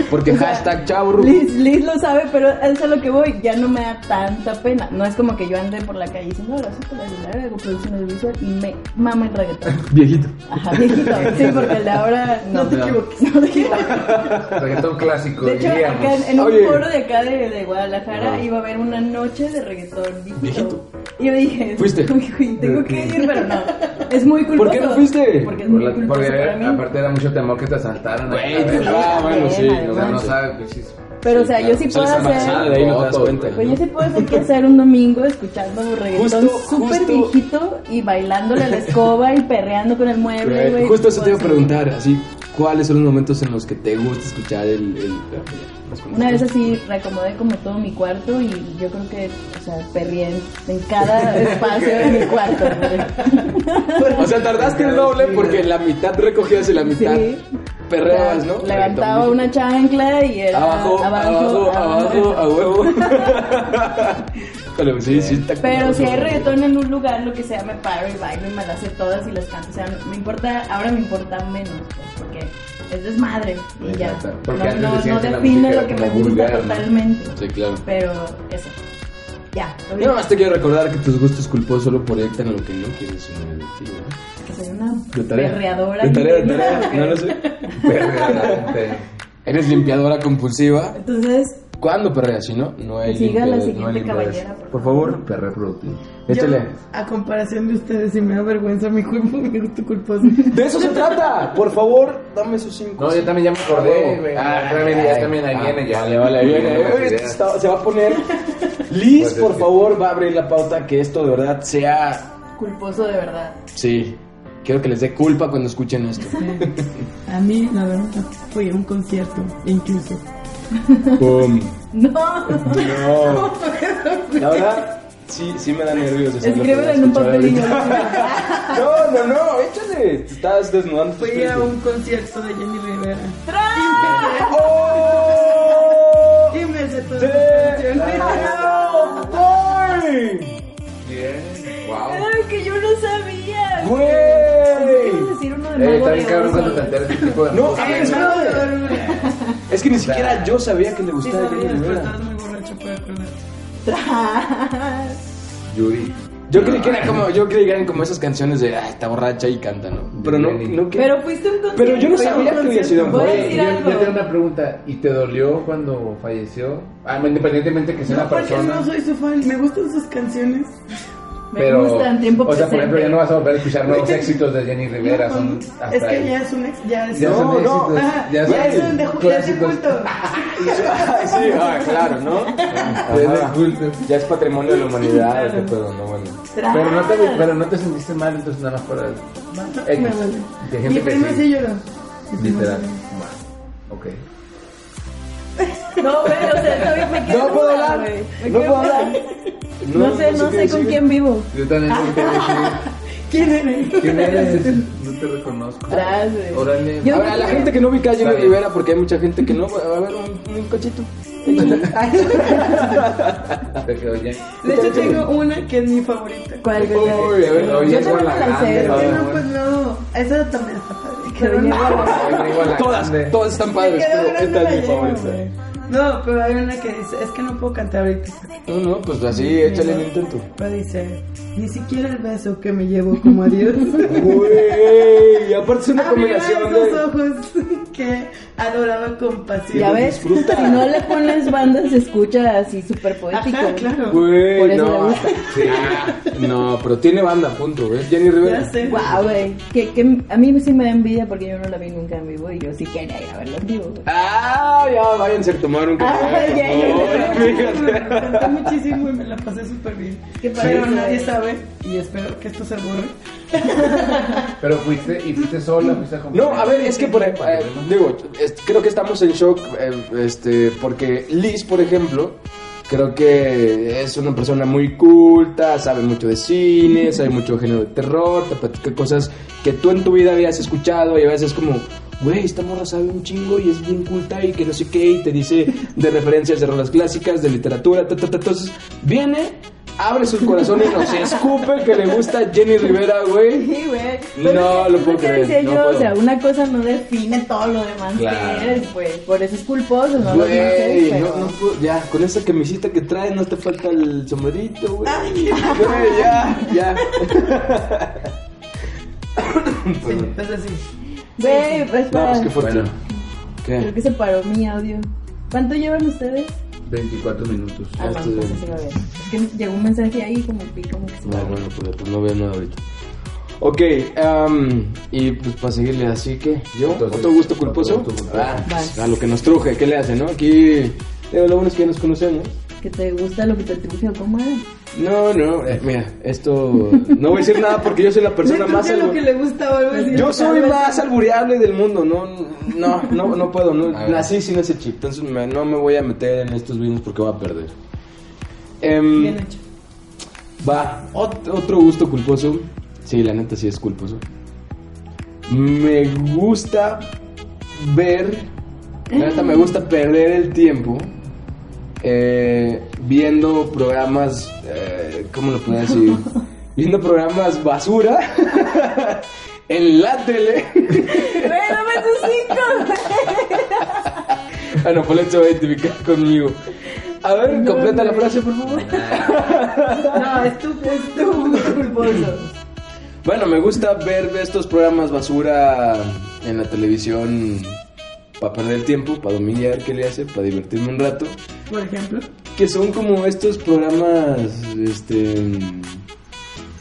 S3: Porque hashtag chauro.
S4: Liz, Liz lo sabe, pero es a lo que voy, ya no me da tanta pena. No es como que yo ande por la calle diciendo, ahora sí, por la de hago producción audiovisual y me mama el reggaetón.
S3: Viejito.
S4: Ajá, viejito, sí, porque el de ahora no,
S5: No te
S4: no.
S5: equivoques.
S4: No te equivoques.
S6: Reggaetón clásico,
S4: De hecho,
S6: diríamos.
S4: acá en, en un
S3: Oye.
S4: foro de acá de, de Guadalajara iba a haber una noche de reggaetón viejito.
S3: Viejito.
S4: Y yo dije,
S3: Fuiste.
S4: "Uy, tengo que ir, pero no. Es muy culposo.
S3: ¿Por qué no fuiste?
S4: Porque es
S6: Por
S4: muy
S6: la-
S4: culposo
S6: porque
S4: para mí.
S6: aparte era mucho temor que te asaltaran.
S3: Güey,
S6: Acá,
S3: pues,
S6: ¿verdad?
S3: ah, bueno,
S4: También,
S3: sí.
S6: O sea, no
S3: obviamente.
S6: sabes, pues sí.
S4: Pero, o sea, yo sí puedo
S3: Sales embarazada
S4: hacer...
S3: Ah, de ahí, no te das cuenta.
S4: Pues yo sí puedo decir que hacer un domingo escuchando reggaetón
S3: Justo,
S4: súper
S3: justo.
S4: viejito y bailándole a la escoba y perreando con el mueble, güey.
S3: Justo eso te iba a
S4: Pues,
S3: preguntar, así, ¿cuáles son los momentos en los que te gusta escuchar el... el- el-
S4: Una vez así reacomodé como todo mi cuarto y yo creo que, o sea, perreé en, en cada espacio de mi cuarto, güey.
S3: O sea, tardaste el doble porque la mitad recogías y la mitad
S4: Sí.
S3: perreabas, ¿no?
S4: Levantaba una chancla y era
S3: Abajo, abajo, abajo, a huevo. Híjole, sí, sí, está
S4: Pero
S3: culero,
S4: si hay
S3: güey.
S4: reggaetón en un lugar, lo que sea, me paro y bailo y me las sé todas y las canto. O sea, me importa, ahora me importa menos, pues, porque es desmadre y ya.
S6: Exacto,
S4: No,
S6: porque antes
S4: no,
S6: decían
S4: no
S6: que la
S4: define
S6: música
S4: lo que
S6: era
S4: me
S6: como
S4: gusta
S6: vulgar, ¿no?
S4: totalmente.
S3: Sí, claro.
S4: Pero eso, ya. lo
S3: Yo nomás te quiero recordar que tus gustos culposos solo proyectan lo que no quieres en el tío, ¿no?
S4: Que soy una
S3: De tarea.
S4: perreadora.
S3: De tarea, de
S4: intensa.
S3: tarea. No lo sé.
S6: Verdaderamente.
S3: Eres limpiadora compulsiva.
S4: Entonces,
S3: ¿Cuándo perreas? Si no, no hay
S4: Que siga la
S3: limpiadores,
S4: siguiente
S3: no hay limpiadores.
S4: caballera, por
S3: Por favor,
S6: Perre productivo.
S3: échale.
S5: Yo, a comparación de ustedes, si me da vergüenza mi cuerpo, mi gusto culposo.
S3: ¡De eso se trata! Por favor, dame esos cinco.
S6: No, yo también ya me
S3: Ah,
S6: acordé, güey. Oh, Ah, también, ya, también, ahí viene, Eh, ya.
S3: Vale, vale, ahí viene.
S6: Unas
S3: Uy,
S6: ideas.
S3: está- se va a poner
S4: Pues
S3: Liz, por favor, va a abrir la pauta que esto de verdad sea.
S4: Culposo de verdad.
S3: Sí, quiero que les dé culpa cuando escuchen esto.
S5: A mí, la verdad, fui a un concierto, incluso.
S3: Boom.
S4: No.
S3: No. La verdad, sí, sí me da nervios. de saber lo que voy
S4: Escríbelo
S3: a
S4: en un
S3: escuchar
S4: papel y
S3: ahorita. No, no, no, échale. Te estás desnudando. tus
S5: Fui a
S3: tripas.
S5: un concierto de Jenny Rivera.
S3: ¡Oh!
S5: Y me sé todas
S3: ¡Sí!
S5: las canciones.
S3: ¡Ah, boy!
S6: Bien. Wow.
S4: Claro que yo no sabía.
S3: ¡Güey!
S4: Quiero decir uno de
S6: Eh,
S4: Mago
S6: está bien
S4: de
S6: cabrón
S4: Oz,
S6: cuando te
S4: güey.
S6: enteras de ese tipo de
S3: No,
S6: cosas.
S3: a ver, espérate. Es que ni siquiera yo sabía que le
S5: Sí,
S3: gustaba Jenny
S5: sabía, pero
S3: Rivera.
S5: estabas muy borracho para acordar.
S6: Yuri.
S3: Yo creí que era como, yo creí que eran como esas canciones de ah, está borracha y canta, ¿no? Pero no, no que.
S4: Pero fuiste a un concierto.
S3: Pero yo no
S4: fui a un
S3: sabía que había
S4: concierto.
S3: sido
S4: Voy a
S3: mujer.
S6: Oye,
S4: decir
S6: yo,
S4: algo.
S6: yo tengo una pregunta. ¿Y te dolió cuando falleció? Ah, independientemente que sea
S5: No,
S6: una
S5: porque
S6: persona.
S5: no soy su fan, me gustan sus canciones.
S4: Me
S6: pero,
S4: gustan, tiempo
S6: o sea, por ejemplo, ya
S4: presente.
S6: no vas a volver a escuchar nuevos éxitos de Jenny Rivera.
S5: No,
S6: Son hasta
S5: es que
S6: ahí.
S5: ya es un ex, ya es
S6: Ya
S5: no,
S6: son
S3: no,
S6: éxitos.
S5: ajá,
S6: ya
S5: ya
S6: son
S5: es de, ju- ya es de
S6: clásicos.
S5: culto.
S3: Ay, sí, ah, claro, ¿no?
S6: Ya
S3: Ajá.
S6: es de culto.
S3: Ya es patrimonio de la humanidad, este pedo, no bueno.
S6: Pero no,
S4: Ah.
S6: te, pero no te sentiste mal, entonces nada más por el... X.
S5: Me duele.
S6: De gente
S5: Mi
S6: que
S5: primo
S6: sí.
S5: sí lloró.
S6: Literal. Bueno, Ok.
S4: No, güey, o sea, todavía me quedo.
S3: No puedo hablar,
S4: güey. Me
S3: no
S4: quedo-
S3: puedo hablar.
S4: No sé, no
S3: qué
S4: sé con
S3: decir.
S4: quién vivo.
S6: Yo también no te decir.
S5: ¿Quién eres?
S6: ¿Quién eres? No te reconozco.
S4: Tras, güey.
S6: Órale.
S4: Yo-
S3: A ver, a la gente que no ubica a Jenny
S6: Está bien.
S3: Rivera, porque hay mucha gente que no, a ver, un, un cachito.
S6: Te quedó bien.
S5: De hecho, tengo una que es mi favorita.
S4: ¿Cuál, güey?
S3: Uy, a ver,
S4: Yo
S6: Oye,
S4: también me la sé.
S6: Gualacán,
S5: Es que no,
S6: güey.
S5: pues no. Esa también está padre. Pero
S4: Oye,
S5: no.
S6: Oye, Gualacán.
S3: Todas, todas están padres,
S5: Me quedo
S3: pero
S5: grande
S3: esta es mi
S5: la llevo,
S3: favorita.
S5: güey. No, pero hay una que dice, es que no puedo cantar ahorita.
S3: No, no, pues así, échale el intento.
S5: Pero dice, ni siquiera el beso que me llevo como adiós.
S3: Güey, aparte es
S4: Ah,
S3: una
S5: Abrirá
S3: combinación
S5: esos
S3: de...
S5: ojos que adoraba con pasión.
S4: Ya
S3: lo
S4: ves,
S3: disfruta.
S4: si no le pones bandas se escucha así súper poético.
S5: Ajá, claro.
S4: Por
S3: Güey,
S4: eso
S3: no.
S4: le gusta.
S3: Sí. No, pero tiene banda, punto, ¿ves? Jenny Rivera.
S5: Ya sé.
S4: Guau, güey. Que, que a mí sí me da envidia porque yo no la vi nunca en vivo y yo sí quería ir a verla en vivo. güey.
S3: Ah, ya, váyanse a tomar un café.
S4: Ah, ya, ya,
S3: por
S4: ya.
S3: favor.
S5: Me encantó muchísimo y me la pasé súper bien.
S4: Qué padre.
S5: Pero nadie sabe y espero que esto se borre.
S6: Pero fuiste, y fuiste sola, fuiste
S3: No,
S6: acompañada.
S3: a ver, es que por ejemplo, eh, digo, es- creo que estamos en shock, eh, este, porque Liz, por ejemplo, creo que es una persona muy culta, sabe mucho de cine, sabe mucho de género de terror, te platica cosas que tú en tu vida habías escuchado y a veces como, güey, esta morra sabe un chingo y es bien culta y que no sé qué, y te dice de referencias de rolas clásicas, de literatura, ta, ta, ta. entonces viene, abre su corazón y nos escupe que le gusta Jenny Rivera, güey.
S4: Sí, güey.
S3: No,
S4: Pero
S3: lo
S4: es
S3: puedo
S4: que
S3: creer,
S4: decía
S3: no
S4: yo,
S3: puedo.
S4: O sea, una cosa no define todo lo demás
S6: Claro.
S4: que eres, güey. Por eso es culposo, no lo
S3: Güey,
S4: dices, pero...
S3: no, no puedo- ya, con esa camisita que traes no te falta el sombrerito, güey. Güey, ya, ya.
S5: Sí, es así.
S4: Güey, pues
S3: No,
S4: para...
S3: pues qué fuerte.
S6: Bueno,
S4: Creo
S3: ¿Qué?
S4: que se paró mi audio. ¿Cuánto llevan ustedes?
S6: 24 minutos.
S4: Ah, no,
S3: estoy
S4: entonces
S3: bien.
S4: sí va bien. Es que llegó un mensaje ahí como que, como que se
S3: No,
S4: paró.
S3: bueno, pues, pues no veo nada ahorita. Ok, am, y pues para seguirle así que yo,
S6: Entonces,
S3: otro gusto culposo.
S6: otro gusto culposo.
S3: Ah,
S4: Vas.
S3: a lo que nos truje, ¿qué le hace, no? Aquí, digo, lo bueno es que ya nos conocemos.
S4: Que te gusta lo que te atribuye o cómo era.
S3: No, no, eh, mira, esto. No voy a decir Pues nada porque yo soy la persona
S5: Me
S3: más.
S5: toca lo
S3: algo-
S5: que le gusta o algo así.
S3: Yo soy más albureable del mundo, no, no, no, no puedo, no,
S6: A ver.
S3: nací sin ese chip, entonces me- no me voy a meter en estos vinos porque voy a perder. Em,
S5: Bien hecho.
S3: va, ot- otro gusto culposo, sí, la neta sí es culposo. Me gusta ver, la neta me gusta perder el tiempo eh, viendo programas, eh, ¿cómo lo puedo decir? Viendo programas basura en la tele.
S4: ¡Güey, dame tus cinco!
S3: Ah, no, Polet se va a identificar conmigo. A ver, completa la frase, por favor.
S5: No, es tu, es tu culposo.
S3: Bueno, me gusta ver estos programas basura en la televisión para perder el tiempo, para dominar, ¿qué le hace? Para divertirme un rato.
S5: Por ejemplo.
S3: Que son como estos programas, este...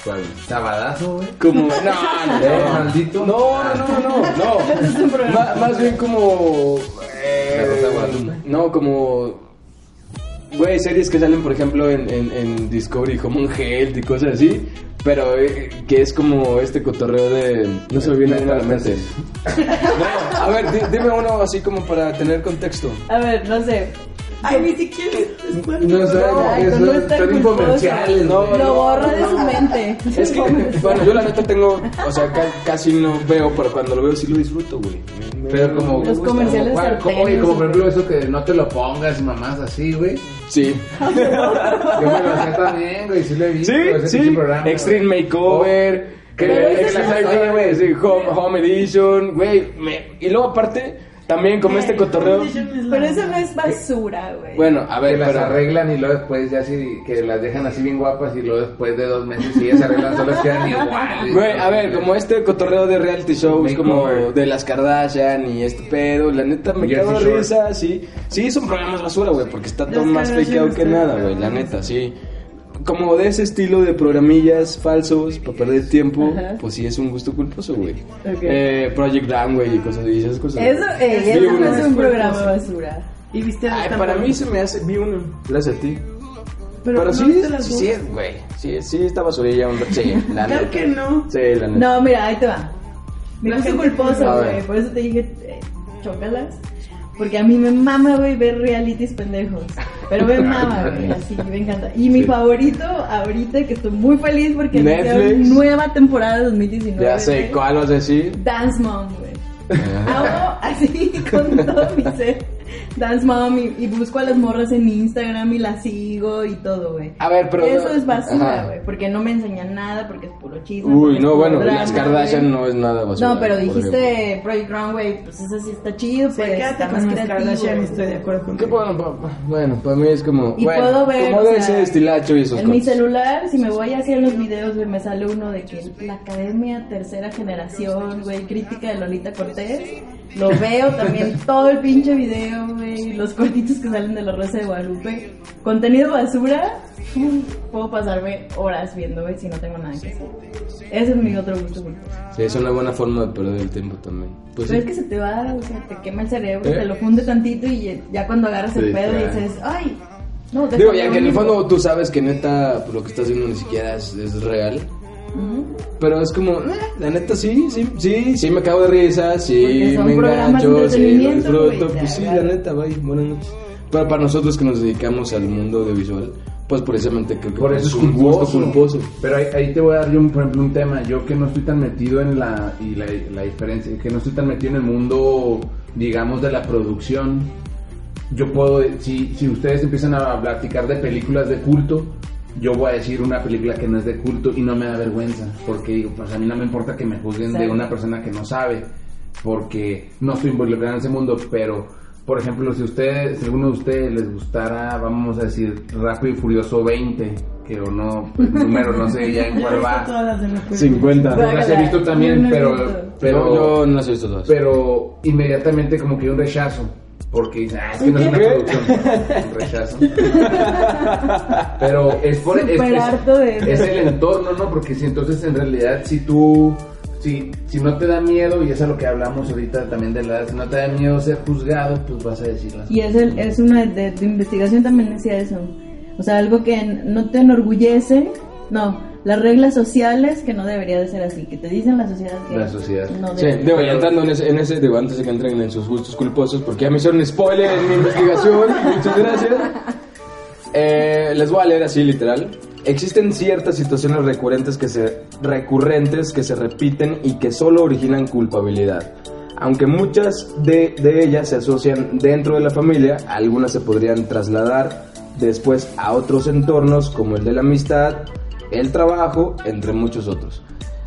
S6: ¿Cuál? ¿Sabadazo, güey?
S3: Como... No, no,
S6: ¿Eh,
S3: no.
S6: maldito?
S3: No, no, no, no, no. no. Ma- más bien como... eh,
S6: La Rosa de Guadalupe.
S3: no, como... Güey, series que salen, por ejemplo, en, en, en Discovery, como un Health y cosas así. Pero eh, que es como este cotorreo de. No se me viene nada a la mente. No, a ver, di- dime uno así como para tener contexto.
S4: A ver, no sé.
S5: Ay, ni siquiera es cuando.
S6: No sé,
S4: Ay,
S6: eso
S4: no
S6: es
S4: está
S6: tan
S4: culposo.
S6: infomerciales,
S3: No,
S6: güey.
S4: Lo borra de su mente.
S3: Es que, bueno, yo la neta tengo. O sea, ca- casi no veo, pero cuando lo veo sí lo disfruto, güey. Me- me-
S6: Pero como.
S4: Los
S6: como-
S4: comerciales
S6: como-
S4: sartenes.
S6: oye, como por ejemplo eso que no te lo pongas, mamás, así, güey.
S3: Sí.
S6: Yo me lo hacía también, güey, sí lo he visto.
S3: Sí,
S6: ese
S3: sí.
S6: pinche programa.
S3: Extreme Makeover. Oh, Que,
S6: Pero ese
S3: Extreme
S6: no es-
S3: Makeover, güey, sí, home, Home Edition, güey. me- Y luego, aparte, también como este cotorreo.
S4: Pero eso no es basura, güey.
S3: Bueno, a ver,
S6: que las
S3: pero-
S6: arreglan y luego después ya sí, que las dejan así bien guapas y luego después de dos meses si ellas se arreglan solo quedan igual.
S3: Güey, a ver, como este cotorreo de reality shows, como
S6: Makeover.
S3: de las Kardashian y este pedo, la neta me
S6: Jersey
S3: cago de
S6: Shore.
S3: risa, sí. Sí, son programas basura, güey, porque está todo
S5: Las
S3: más
S5: Kardashian
S3: fakeado que
S5: están
S3: nada, güey, la neta, sí. Como de ese estilo de programillas falsos para perder tiempo, pues sí es un gusto culposo, güey. Eh, Project Runway y cosas y esas cosas.
S4: Eso,
S5: eh,
S4: ey,
S3: Vi
S4: eso no
S3: uno.
S4: es un programa basura.
S5: Y viste a
S3: Ay,
S5: esta
S3: para
S5: morra.
S3: mí se me hace, vi uno, gracias a ti. Pero,
S5: Pero, no
S3: sí,
S5: viste las
S3: sí,
S5: dos.
S3: sí, es, güey, sí, sí, esta basurilla, un- sí, la
S5: Claro
S3: neta.
S5: que no.
S3: Sí, la neta.
S4: No, mira, ahí te va. Me
S5: La
S4: puse
S5: gente-
S4: culposo,
S3: A
S4: güey.
S3: ver.
S4: Por eso te dije, eh, chócalas. Porque a mí me mama, güey, ver realities pendejos. Pero me mama, güey. Así, me encanta. Y mi
S3: Sí.
S4: favorito ahorita, que estoy muy feliz porque
S3: Netflix.
S4: anunciaron nueva temporada de 2019.
S3: Ya sé
S4: güey.
S3: cuál vas a decir.
S4: Dance Mom, güey.
S3: Ah.
S4: Hago así con todo mi ser. Dance Mom y, y busco a las morras en Instagram y las sigo y todo, güey.
S3: A ver, Ah, pero-
S4: Eso es basura,
S3: Ajá.
S4: güey. Porque no me enseñan nada, porque es puro chisme. porque
S3: Uy,
S4: es
S3: no,
S4: puro
S3: bueno,
S4: drama,
S3: las Kardashian
S4: güey.
S3: no es nada basura.
S4: No, pero
S3: por ejemplo.
S4: dijiste Project Runway, pues eso sí está chido,
S5: Sí,
S4: pero está
S5: Pues quédate
S4: más
S5: con las Kardashian,
S4: creativo.
S5: estoy de acuerdo
S3: Qué
S5: contigo.
S3: bueno, pa- pa- bueno, para mí es como.
S4: Y
S3: bueno,
S4: puedo ver,
S3: Como
S4: o
S3: de
S4: sea,
S3: ese estilacho y esos
S4: En mi
S3: cosas.
S4: celular, si me voy hacia los videos, güey, me sale uno de que la Academia Tercera Generación, güey, crítica de Lolita Cortés. Lo veo también todo el pinche video, güey, los cortitos que salen de la Rosa de Guadalupe. Contenido basura, puedo pasarme horas viendo, güey, si no tengo nada que hacer. Ese es mi otro gusto culposo.
S3: Sí, es una buena forma de perder el tiempo también.
S4: Pero
S3: Pues sí.
S4: es que se te va, o sea, te quema el cerebro,
S3: ¿Eh?
S4: te lo funde tantito y ya cuando agarras
S6: Sí,
S4: el pedo
S6: claro.
S4: dices, ay, no, te
S3: Digo, ya que en el fondo tú sabes que neta pues, lo que estás viendo ni siquiera es, es real. Pero es como, eh, la neta sí, sí, sí, sí me cago de risa, sí
S4: Porque son
S3: me
S4: programas de
S3: engancho, sí lo
S4: entretenimiento, güey,
S3: disfruto,
S4: ya,
S3: pues sí,
S4: ya.
S3: la neta, bye, buenas noches. Pero para nosotros que nos dedicamos al mundo audiovisual, pues precisamente creo que
S6: Por eso es
S3: un gusto
S6: culposo.
S3: culposo.
S6: Pero ahí, ahí te voy a dar yo, un- por ejemplo, un tema. Yo que no estoy tan metido en la, y la, la diferencia, que no estoy tan metido en el mundo, digamos, de la producción. Yo puedo, si, si ustedes empiezan a platicar de películas de culto, yo voy a decir una película que no es de culto y no me da vergüenza. Porque digo, pues a mí no me importa que me juzguen de
S4: Exacto.
S6: una persona que no sabe. Porque no estoy involucrado en ese mundo, pero... Por ejemplo, si ustedes, si alguno de ustedes les gustara, vamos a decir, Rápido y Furioso 20, que o no, pues, número, no sé ya en
S5: Yo he
S6: cuál
S5: visto
S6: va.
S5: todas las de Mercurio.
S3: 50.
S6: Yo las he visto también,
S4: Yo no he
S6: pero,
S4: visto.
S6: pero,
S3: yo no las he visto todas.
S6: pero inmediatamente como que hay un rechazo, porque dicen, ah, es que no es una
S3: ¿Qué?
S6: producción, un rechazo. Pero es por es,
S4: Súper
S6: es-
S4: harto de eso.
S6: es el entorno, ¿no? Porque si entonces en realidad si tú si, si no te da miedo, y eso es lo que hablamos ahorita también de la edad, si no te da miedo ser juzgado, pues vas a decir las
S4: Y es, el- es una de, de investigación también decía eso. O sea, algo que n- no te enorgullece. No, las reglas sociales que no debería de ser así. Que te dicen la sociedad que
S6: La sociedad.
S4: no
S3: Sí,
S4: debe.
S3: digo, ya entrando en ese, en ese digo, antes de que entren en sus gustos culposos, porque ya me hicieron spoiler en mi investigación, muchas gracias. Eh, les voy a leer así literal. Existen ciertas situaciones recurrentes que se recurrentes que se repiten y que solo originan culpabilidad. Aunque muchas de, de ellas se asocian dentro de la familia, algunas se podrían trasladar después a otros entornos como el de la amistad, el trabajo, entre muchos otros.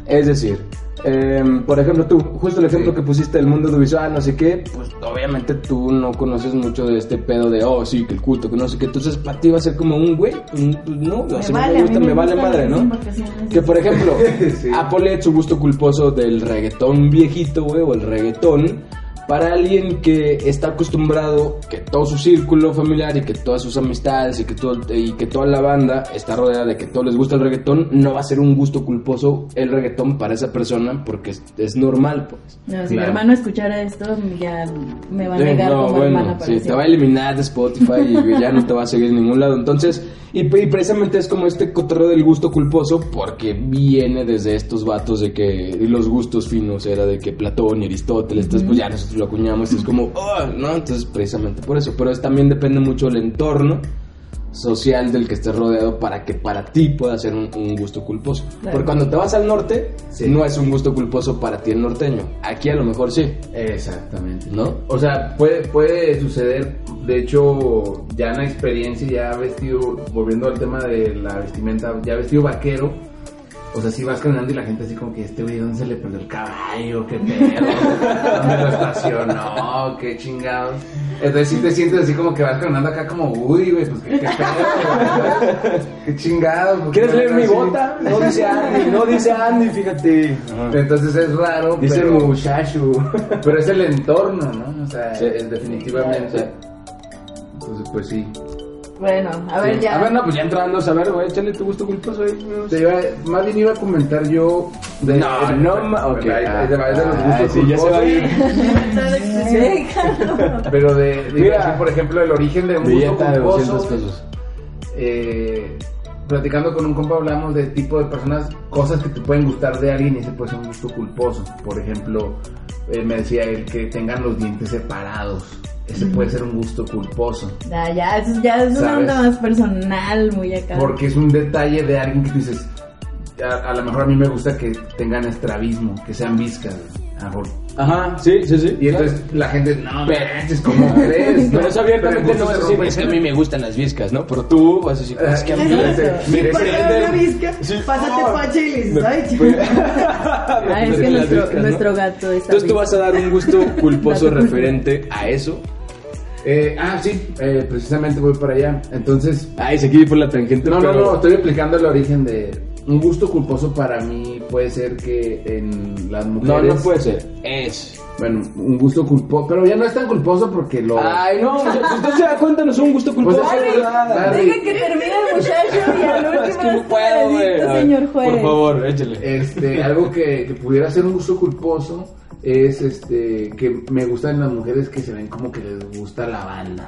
S3: Es decir, em, por ejemplo, tú, justo el ejemplo que pusiste del mundo audiovisual, no sé qué, pues obviamente tú no conoces mucho de este pedo de, oh, sí, que el culto, que no sé qué, entonces para ti va a ser como un güey, pues, pues, no, o sea,
S4: vale,
S3: me
S4: a mí
S3: gusta,
S4: me
S3: me vale
S4: gustan
S3: madre,
S4: las
S3: ¿no?
S4: embarcaciones.
S3: Que por ejemplo,
S6: Sí.
S3: Apple su gusto culposo del reggaetón viejito, güey, o el reggaetón, Para alguien que está acostumbrado que todo su círculo familiar y que todas sus amistades y que, todo, y que toda la banda está rodeada de que todo les gusta el reggaetón, no va a ser un gusto culposo el reggaetón para esa persona porque es, es normal, pues.
S4: No, si mi hermano escuchara esto, ya me va a negar
S3: Eh, no,
S4: como
S3: bueno,
S4: hermana para
S3: sí, te
S4: siempre.
S3: va a eliminar de Spotify y ya no te va a seguir en ningún lado. Entonces, y, y precisamente es como este cotorreo del gusto culposo porque viene desde estos vatos de que los gustos finos era de que Platón y Aristóteles, entonces pues ya nosotros lo acuñamos, es como, oh, ¿no? Entonces, precisamente por eso, pero es, también depende mucho el entorno social del que estés rodeado para que para ti pueda ser un, un gusto culposo.
S4: Claro.
S3: Porque cuando te vas al norte, no es un gusto culposo para ti el norteño. Aquí a lo mejor sí,
S6: Exactamente.
S3: ¿no?
S6: O sea, puede, puede suceder, de hecho, ya en la experiencia, ya vestido, volviendo al tema de la vestimenta, ya vestido vaquero, o sea, si vas caminando y la gente así como que este güey, ¿dónde se le perdió el caballo? ¿Qué pedo? ¿Dónde lo estacionó? ¿Qué chingados? Entonces sí te sientes así como que vas caminando acá como, uy, güey, pues qué, qué pedo, güey? qué chingados. ¿Por qué
S3: ¿Quieres
S6: me
S3: leer
S6: ven
S3: mi
S6: así?
S3: bota? No dice Andy, no dice Andy, fíjate.
S6: Entonces es raro,
S3: Dice
S6: pero...
S3: muchacho.
S6: Pero es el entorno, ¿no? O sea,
S3: Sí.
S6: es definitivamente. Entonces, pues sí.
S4: Bueno, a ver ya.
S3: A ver, no, pues ya entrando, a ver, güey, échale tu gusto culposo ahí.
S6: Te iba, más bien iba a comentar yo. De,
S3: No, no, ma- ok.
S6: Ahí- ahí te va, es de los
S3: Ah,
S6: gustos
S3: sí, ya se va a ir.
S6: Pero de, de
S3: Mira.
S6: así, por ejemplo, el origen de un
S3: Billeta de
S6: gusto
S3: 200
S6: culposo.
S3: pesos.
S6: eh, platicando con un compa hablamos de tipo de personas, cosas que te pueden gustar de alguien y ese puede ser un gusto culposo. Por ejemplo, eh, me decía él que tengan los dientes separados. Ese puede ser un gusto culposo.
S4: Ya, ya, eso es- ya es una
S6: ¿Sabes?
S4: onda más personal, muy acá.
S6: Porque es un detalle de alguien que tú dices, a, a lo mejor a mí me gusta que tengan estrabismo, que sean viscas. güey. A lo mejor.
S3: Ajá, sí, sí, sí.
S6: Y entonces la gente, no, es como crees.
S3: Pero eso abiertamente no
S6: se
S3: vas a decir, es que a mí me gustan las viscas, ¿no? Pero tú vas a decir, es que a mí
S5: Eso,
S3: me-
S5: eso.
S3: me
S5: Porque
S3: prende-
S5: una visca,
S3: Sí.
S5: pásate
S3: Ah,
S5: pache y listo. Ay,
S4: Ah, es
S3: Me
S4: que
S3: prenden las
S4: nuestro,
S3: viscas, ¿no?
S4: nuestro gato está.
S3: Entonces tú vas a dar un gusto culposo
S4: Dato culposo.
S3: referente a eso.
S6: Eh, ah, sí, eh, precisamente voy para allá. Entonces,
S3: Ay, se quiere ir por la tangente.
S6: no, no,
S3: pero-
S6: no, estoy explicando el origen de. Un gusto culposo para mí puede ser que en las
S3: No,
S6: mujeres.
S3: no puede ser. Es.
S6: Bueno, un gusto culposo. Pero ya no es tan culposo porque lo.
S3: Ay, no, pues entonces ya cuéntanos un gusto
S6: Pues
S3: culposo.
S6: es que- Larry,
S4: Deja que termine el muchacho y al último
S3: Es que no
S4: está
S3: puedo, güey.
S4: maldito
S3: A ver,
S4: señor juez.
S3: Por favor, échale.
S6: Este, algo que, que pudiera ser un gusto culposo es este que me gustan las mujeres que se ven como que les gusta la banda.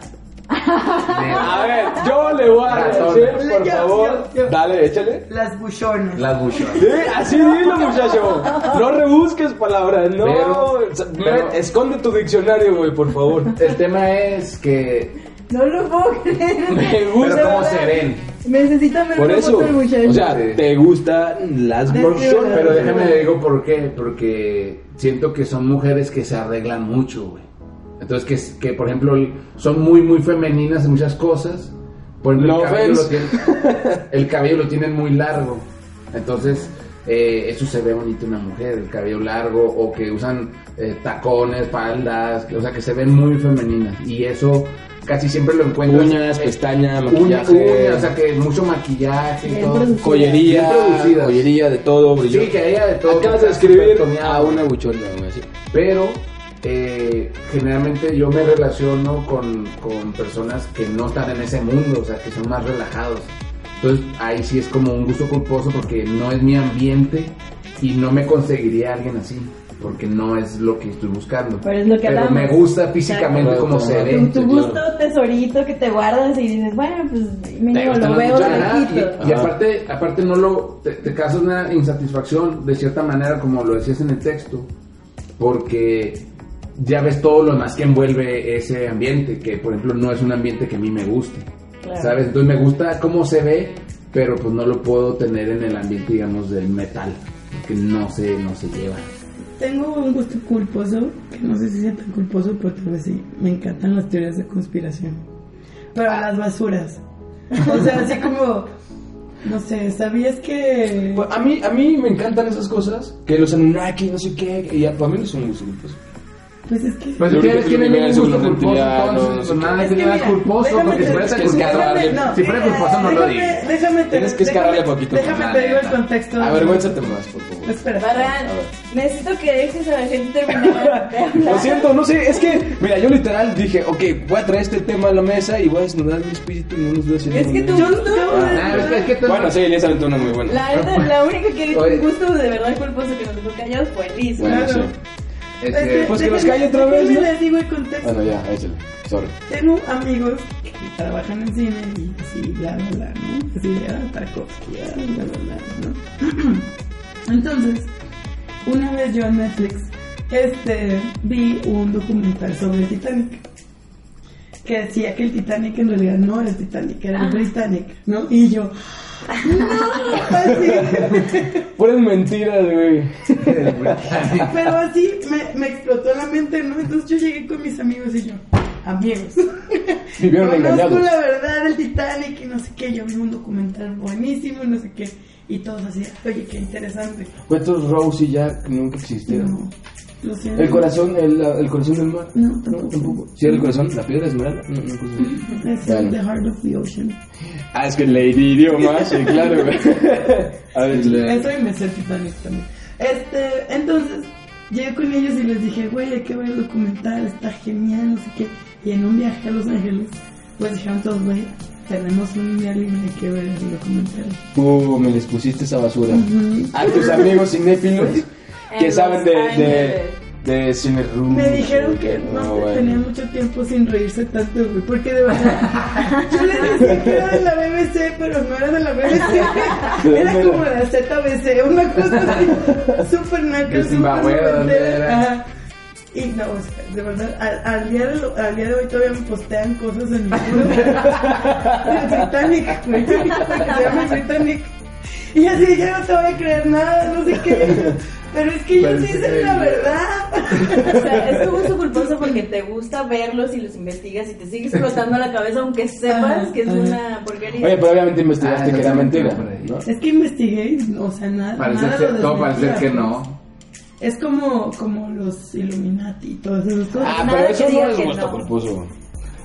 S3: A ver, yo le voy a
S6: Corazón.
S3: decir, por
S5: Yo,
S3: favor.
S5: yo, yo.
S3: Dale, échale.
S5: Las buchonas.
S6: Las buchonas.
S3: Sí, así dilo, muchacho. No rebusques palabras, no.
S6: Pero-
S3: O sea, me-
S6: pero-
S3: esconde tu diccionario, güey, por favor.
S6: El tema es que
S4: No lo puedo creer.
S3: Me
S6: pero como
S3: gusta.
S6: se ven.
S4: Necesita ver
S3: Por
S4: cómo
S3: eso.
S4: está el muchacho.
S3: O sea,
S6: Sí.
S3: te gustan las
S5: De-
S3: buchonas.
S6: Pero déjame le digo por qué, porque siento que son mujeres que se arreglan mucho, güey. Entonces que, s- que por ejemplo son muy muy femeninas en muchas cosas. Por ejemplo,
S3: No
S6: el, cabello lo
S3: offense.
S6: tienen, el cabello lo tienen muy largo. Entonces, eh, eso se ve bonito en una mujer, el cabello largo, o que usan eh, tacones, faldas, que- o sea que se ven muy femeninas. Y eso casi siempre lo encuentras.
S3: Uñas, pestañas,
S6: Uña-
S3: maquillaje.
S6: uñas, o sea que mucho maquillaje y
S4: Bien
S6: todo.
S4: producido.
S3: Joyería,
S6: Bien producidas.
S3: joyería de todo,
S6: Sí,
S3: brillo.
S6: que haya de todo.
S3: Pues Acabas de escribir a una buchona, güey, así.
S6: Pero eh, generalmente yo me relaciono con, con personas que no están en ese mundo, o sea, que son más relajados. Entonces ahí sí es como un gusto culposo porque no es mi ambiente y no me conseguiría alguien así, porque no es lo que estoy buscando.
S4: Pero es lo que hablamos.
S6: me gusta físicamente
S3: Claro,
S6: como este,
S3: claro.
S6: se
S4: Tu,
S6: ve.
S4: tu gusto tesorito que te guardas y dices, bueno, pues mínimo
S6: gustan
S4: lo
S6: las
S4: veo de
S6: muchachas,
S4: lejito.
S6: Y, y
S3: Ajá.
S6: aparte, aparte no lo te, te causa una insatisfacción de cierta manera como lo decías en el texto, porque ya ves todo lo demás que envuelve ese ambiente, que por ejemplo no es un ambiente que a mí me guste,
S4: Claro.
S6: ¿sabes? Entonces me gusta cómo se ve, pero pues no lo puedo tener en el ambiente, digamos, del metal, que no se, no se lleva.
S5: Tengo un gusto culposo, que no sé si sea tan culposo, pero tal vez sí. Me encantan las teorías de conspiración. Pero las basuras. O sea, así como, no sé, ¿sabías que...
S3: Pues, A mí, a mí me encantan esas cosas, que los Anunnaki, no sé qué, y ya, para mí no son gusto culposo.
S5: Pues es que.
S6: Pues
S3: Yo
S6: es que
S3: creo
S6: es
S3: que
S6: que no hay
S3: mi
S6: ningún
S3: nivel
S6: gusto culposo,
S3: seguramente ya no-
S6: entonces, pues
S3: no sé
S6: nada, es
S5: Ah, que
S6: nada
S5: mira,
S6: culposo,
S5: déjame
S6: porque
S5: te-
S6: si fuera tan
S3: es que
S6: culpable,
S3: escarbarle.
S6: si fuera
S5: déjame-
S6: culposo no lo
S5: déjame-
S6: digas.
S5: Déjame te-
S3: Tienes que
S5: déjame-
S3: escarbarle poquito,
S5: Déjame
S3: la
S5: te digo el
S3: neta.
S5: contexto.
S3: Avergüénzate más, por favor.
S5: Espera.
S4: Barran, necesito que dejes a la gente terminar de hablar.
S3: Lo siento, no sé, es que, mira, yo literal dije, ok, voy a traer este tema a la mesa y voy a desnudar mi espíritu y no los voy a decir
S4: Es que
S3: nada.
S4: tu gusto,
S6: Ah, es que- es que tú-
S3: Bueno, sí, Elías aventó una muy buena.
S4: la, neta, la única que dijo
S6: Oye.
S4: un gusto de verdad culposo que nos dejó callados fue pues, Liz.
S3: Bueno,
S5: claro.
S3: sí.
S6: Es
S5: Es
S6: que-
S3: Pues que nos
S5: déjenme-
S3: calle otra vez,
S5: déjenme
S3: ¿no?
S5: les digo el contexto.
S3: Bueno, ya, échale. Sorry.
S5: Tengo amigos que trabajan en cine y así, bla, bla, bla, ¿no? Así, ah, tacos, ya, bla, bla, bla, ¿no? Entonces, una vez yo en Netflix, este, vi un documental sobre el Titanic. Que decía que el Titanic en realidad no era el Titanic, era el Britannic, ¿no? Y yo, ¡no! Así,
S3: Puras mentiras, güey.
S5: pero así me, me explotó la mente, ¿no? Entonces yo llegué con mis amigos y yo, amigos.
S3: Vivieron
S5: Conozco
S3: engañados.
S5: la verdad del Titanic y no sé qué. Yo vi un documental buenísimo y no sé qué. Y todos así, oye, qué interesante.
S3: Fue estos Rose y Jack nunca existieron.
S5: No, lo siento.
S3: El corazón, el, el corazón del mar.
S5: No,
S3: no,
S5: tampoco.
S3: tampoco. Sí, el corazón, la piedra esmeralda. No, no, cosas así.
S5: Es
S3: Claro.
S5: The Heart of the Ocean.
S3: Ah, es que leí idiomas, sí, claro. güey. A ver, échale.
S5: Eso y me sé el Titanic también. Este, entonces, llegué con ellos y les dije, güey, hay que ver el documental, está genial, no sé qué. Y en un viaje a Los Ángeles, pues dijeron todos, güey, tenemos un día libre, hay que ver el documental.
S3: Tú me les pusiste esa basura. A tus amigos cinéfilos que
S4: En
S3: saben de,
S4: Los
S3: de, de cine ruso.
S5: Me dijeron que
S6: Ah,
S5: no,
S3: no,
S5: sé,
S3: güey.
S5: tenía mucho tiempo sin reírse tanto, güey, porque de verdad, yo les decía que era de la BBC, pero no era de la BBC, era como de la ZBC, una cosa así, súper naca,
S6: De
S5: súper
S6: Zimbabue, ¿dónde
S5: noventera,
S6: era?
S5: ajá. Y no, o sea, de verdad, al, al día de, lo- al día de hoy todavía me postean cosas en mi muro del Titanic, güey, se llama el Titanic. Y así, yo no te voy a creer nada, no sé qué, pero es que yo sí
S6: Parece
S5: sé la
S6: que-
S5: verdad.
S4: O sea, es tu gusto culposo porque te gusta verlos y los investigas y te sigue explotando la cabeza aunque sepas que es
S5: Ah,
S4: una porquería.
S3: Oye, pero obviamente investigaste
S6: Ah,
S3: que era
S6: no,
S3: mentira,
S6: por ahí.
S3: ¿no?
S5: Es que investigué, y, o sea, nada.
S6: Parece
S5: nada
S6: ser,
S5: lo
S6: todo parece ser
S5: desmentía,
S6: que
S5: pues.
S6: no.
S5: Es como, como los Illuminati y todas esas cosas.
S3: Ah,
S4: Nada
S3: pero
S4: que
S3: eso no
S4: diga
S3: es
S4: que
S3: gusto
S4: no.
S3: culposo.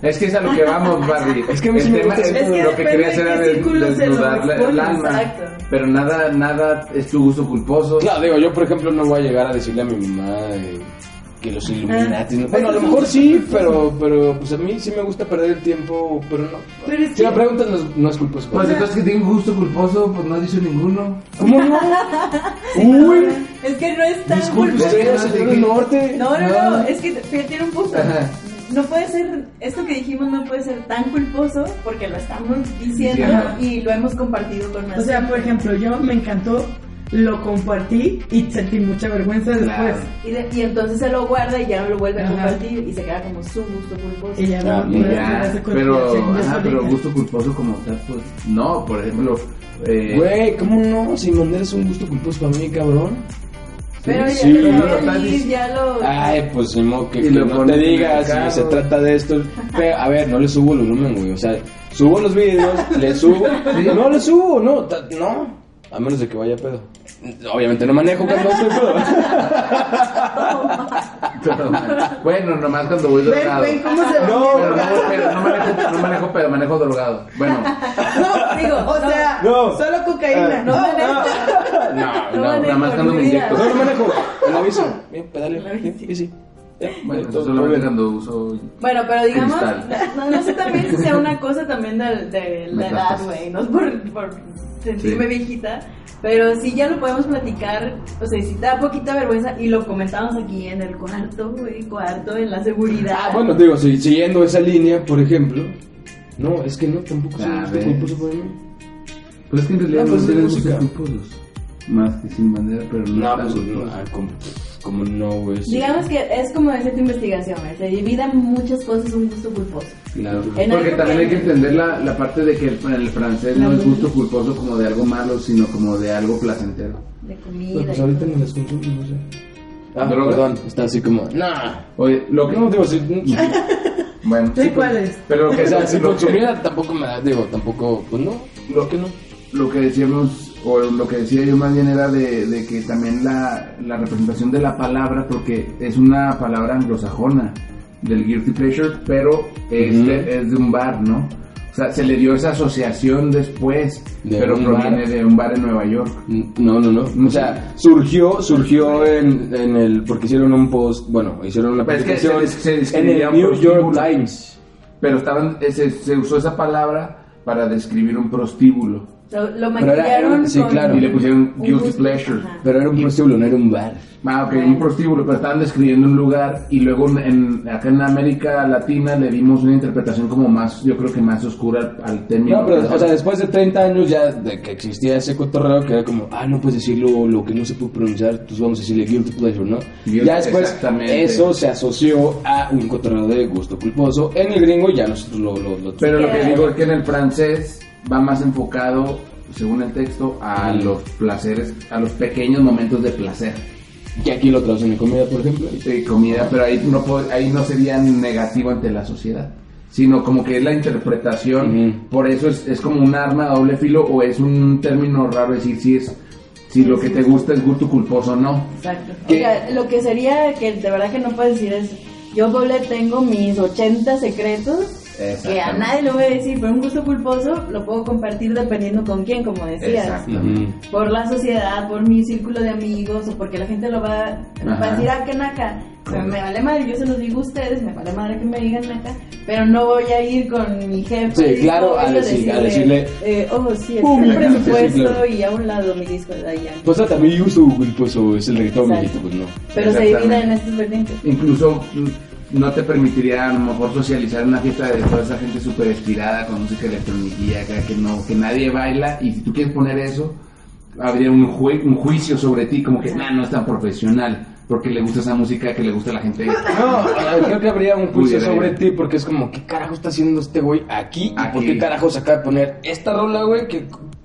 S6: Es que es a lo que vamos, Barry.
S3: Es que a mí sí
S6: El
S3: me
S6: tema
S3: gusta
S6: es
S5: eso.
S6: lo que
S5: Es que
S6: querías
S5: depende
S6: era
S5: de qué
S6: des-
S5: círculo se lo
S6: desnudarle el
S5: expones,
S6: alma.
S4: exacto.
S6: Pero nada, nada es tu gusto culposo.
S3: No, digo, yo por ejemplo no voy a llegar a decirle a mi mamá eh, que los Illuminati. no-
S5: Ah,
S3: Bueno, a lo mejor sí, pero, pero pues a mí sí me gusta perder el tiempo, pero no.
S5: Pero es
S3: si
S5: que-
S3: me preguntas, no, es- no es culposo.
S6: Pues entonces que tiene un gusto culposo, pues no has dicho ninguno.
S3: ¿Cómo no? Uy,
S4: Es que no es tan
S3: disculpe
S4: culposo.
S3: usted,
S6: no,
S3: señor
S6: no,
S3: del
S6: no.
S3: norte. Ah,
S4: No, no,
S6: No.
S4: no, es que fíjate, tiene un punto.
S6: Ajá.
S4: No puede ser, esto que dijimos no puede ser tan culposo porque lo estamos diciendo
S6: Ajá.
S4: y lo hemos compartido con más.
S5: O sea, por ejemplo, yo me encantó, lo compartí y sentí mucha vergüenza después.
S6: Claro.
S4: y, de- y entonces se lo guarda y ya no lo vuelve a
S5: Ajá.
S4: compartir y se queda como su gusto culposo.
S5: Y ya
S3: Ah,
S5: no
S3: y
S5: me
S6: Ya,
S5: hace
S6: pero,
S5: confianza, yo
S6: ajá,
S5: solita.
S6: pero gusto culposo como tal, pues. No, por ejemplo, eh,
S3: Güey, ¿cómo no? Si mandar es un gusto culposo para mí, cabrón.
S4: Pero ya
S3: Sí,
S4: te
S3: no
S4: lo
S3: lo
S4: voy a
S6: estás
S4: decir,
S6: dic-
S4: ya lo.
S3: Ay, pues ni modo que,
S6: Y
S3: que
S6: lo
S3: no
S6: pones
S3: te
S6: en el
S3: digas
S6: carro.
S3: se trata de esto. Pero, a ver, no le subo el volumen, güey. O sea, subo los videos, le subo. No le subo, no, ta- no. A menos de que vaya a pedo. Obviamente no manejo cuando estoy pedo.
S6: pero- bueno, nomás cuando voy
S5: Ven,
S6: drogado.
S5: ven cómo se va.
S3: No,
S6: Pero no, pero no manejo, no manejo, pero manejo drogado. Bueno,
S4: No, digo,
S5: O
S4: no, Ah,
S5: sea,
S3: No.
S5: solo cocaína.
S4: no,
S5: no,
S4: manejo,
S3: No,
S4: no
S3: no.
S4: manejo,
S6: nada más cuando me
S4: olvida.
S6: inyecto.
S3: No, no manejo. En la bici. Bien, pedale.
S4: la
S3: Bien,
S4: bici.
S3: bici. Ya,
S6: bueno,
S3: todo,
S6: solamente
S3: todo bien.
S6: cuando uso.
S4: Bueno, pero digamos,
S6: Cristal.
S4: no, no sé también si sea una cosa también de, de la edad,
S6: Metástasis.
S4: güey, no es por, por sentirme
S6: Sí.
S4: viejita, pero sí ya lo podemos platicar, o sea, si te da poquita vergüenza y lo comentamos aquí en el cuarto, güey, cuarto, en la seguridad.
S3: Ah, bueno, digo, si- siguiendo esa línea, por ejemplo. No, es que no, tampoco es
S6: A
S3: un gusto
S6: ver.
S3: culposo para mí.
S6: Pues es que en realidad
S3: No,
S6: no,
S3: pues es
S6: tienen
S3: música.
S6: gustos culposos. Más que sin bandera, pero no.
S3: No,
S6: tan
S3: pues no,
S6: culposo.
S3: ah, como, como no, güey. sí.
S4: Digamos que es como decía tu investigación, güey, se divida muchas cosas un gusto culposo.
S6: Claro.
S4: En
S6: Porque
S4: algo
S6: también
S4: que-
S6: hay que entender la, la parte de que el, el francés no es gusto culposo como de algo malo, sino como de algo placentero.
S4: De
S3: Pues,
S4: comida.
S3: pues
S4: y
S3: ahorita
S4: todo.
S3: no las consumo, no sé. Ah,
S6: ¿Drogas?
S3: perdón, está así como, nah.
S6: Oye, lo que.
S3: No, digo, si, o
S6: Bueno,
S5: ¿De
S6: sí, pues,
S5: cuáles?
S6: Pero lo que
S3: sea, si
S6: lo que-
S3: consumiera tampoco me da, digo, tampoco, pues no,
S6: Lo-
S3: ¿por qué no?
S6: lo que decíamos o lo que decía yo más bien era de, de que también la, la representación de la palabra, porque es una palabra anglosajona del guilty pleasure, pero es,
S3: Ujú.
S6: de, es de un bar, ¿no? O sea, se le dio esa asociación después,
S3: De
S6: pero
S3: un
S6: proviene
S3: bar.
S6: de un bar en Nueva York.
S3: No, no, no. O sea, surgió, surgió en, en el. Porque hicieron un post. Bueno, hicieron una
S6: Pues es que
S3: publicación
S6: se- se
S3: en
S6: describía
S3: el
S6: un
S3: New York
S6: prostíbulo.
S3: Times.
S6: Pero estaban, eh, se, se usó esa palabra para describir un prostíbulo.
S8: Lo, lo
S3: Pero era- era un-
S8: maquillaron
S3: sí,
S8: con-
S3: claro.
S6: Y le pusieron
S8: Un
S6: guilty
S8: gusto,
S6: pleasure.
S8: ajá.
S3: Pero era un prostíbulo, no era un bar.
S6: Ah, ok, un prostíbulo, pero estaban describiendo un lugar y luego en, acá en América Latina le dimos una interpretación como más, yo creo que más oscura al, al término.
S3: No, pero, o sea, después de 30 años ya de que existía ese cotorreo que era como, ah, no puedes decir lo, lo que no se puede pronunciar, pues vamos a decirle guilty pleasure, ¿no?
S6: Guilty,
S3: ya después
S6: exactamente.
S3: eso se asoció a un cotorreo de gusto culposo. En el gringo ya nosotros lo... lo, lo-
S6: Pero lo que digo es que en el francés va más enfocado, según el texto, a
S3: Mm.
S6: los placeres, a los pequeños momentos de placer.
S3: que aquí lo traducen en comida, por ejemplo. y-
S6: de eh, comida, pero ahí no, po- ahí no sería negativo ante la sociedad, sino como que es la interpretación,
S3: Ujú.
S6: por eso es, es como un arma a doble filo o es un término raro decir si es si lo que te gusta es gusto culposo o no.
S8: Exacto. O
S3: ¿Qué?
S8: sea, lo que sería que de verdad que no puedes decir es, yo doble tengo mis 80 secretos que a
S6: Exactamente.
S8: nadie lo voy a decir, pero un gusto culposo lo puedo compartir dependiendo con quién, como decías.
S6: Exactamente.
S8: Por la sociedad, por mi círculo de amigos, o porque la gente lo va, va
S6: Ajá.
S8: a decir, ah, qué naca. O sea, me vale madre, yo se los digo a ustedes, me vale madre que me digan naca, pero no voy a ir con mi jefe.
S3: Sí,
S8: y
S3: claro,
S8: voy
S3: a decir- a
S8: eh, oh, sí,
S3: Pum,
S8: aquí está el
S3: me encanta, sí,
S8: presupuesto
S3: claro.
S8: y a un lado mi disco de Dayan.
S3: Pues ah, también gusto culposo es el reggaetón,
S8: Exacto.
S3: mijito, pues no.
S8: Pero se divide en
S6: Exactamente.
S8: estos vertientes.
S6: Incluso mm, no te permitiría a lo mejor socializar en una fiesta de toda esa gente súper estirada con música electrónica acá, que no que nadie baila y si tú quieres poner eso habría un, jue- un juicio sobre ti como que nah, no es tan profesional porque le gusta esa música que le gusta a la gente
S8: Pues,
S3: No, eh, creo que habría un juicio
S6: Pudiera.
S3: sobre ti porque es como, ¿qué carajo está haciendo este güey aquí? ¿Y por
S6: Aquí.
S3: qué carajo se acaba de poner esta rola, güey? Que,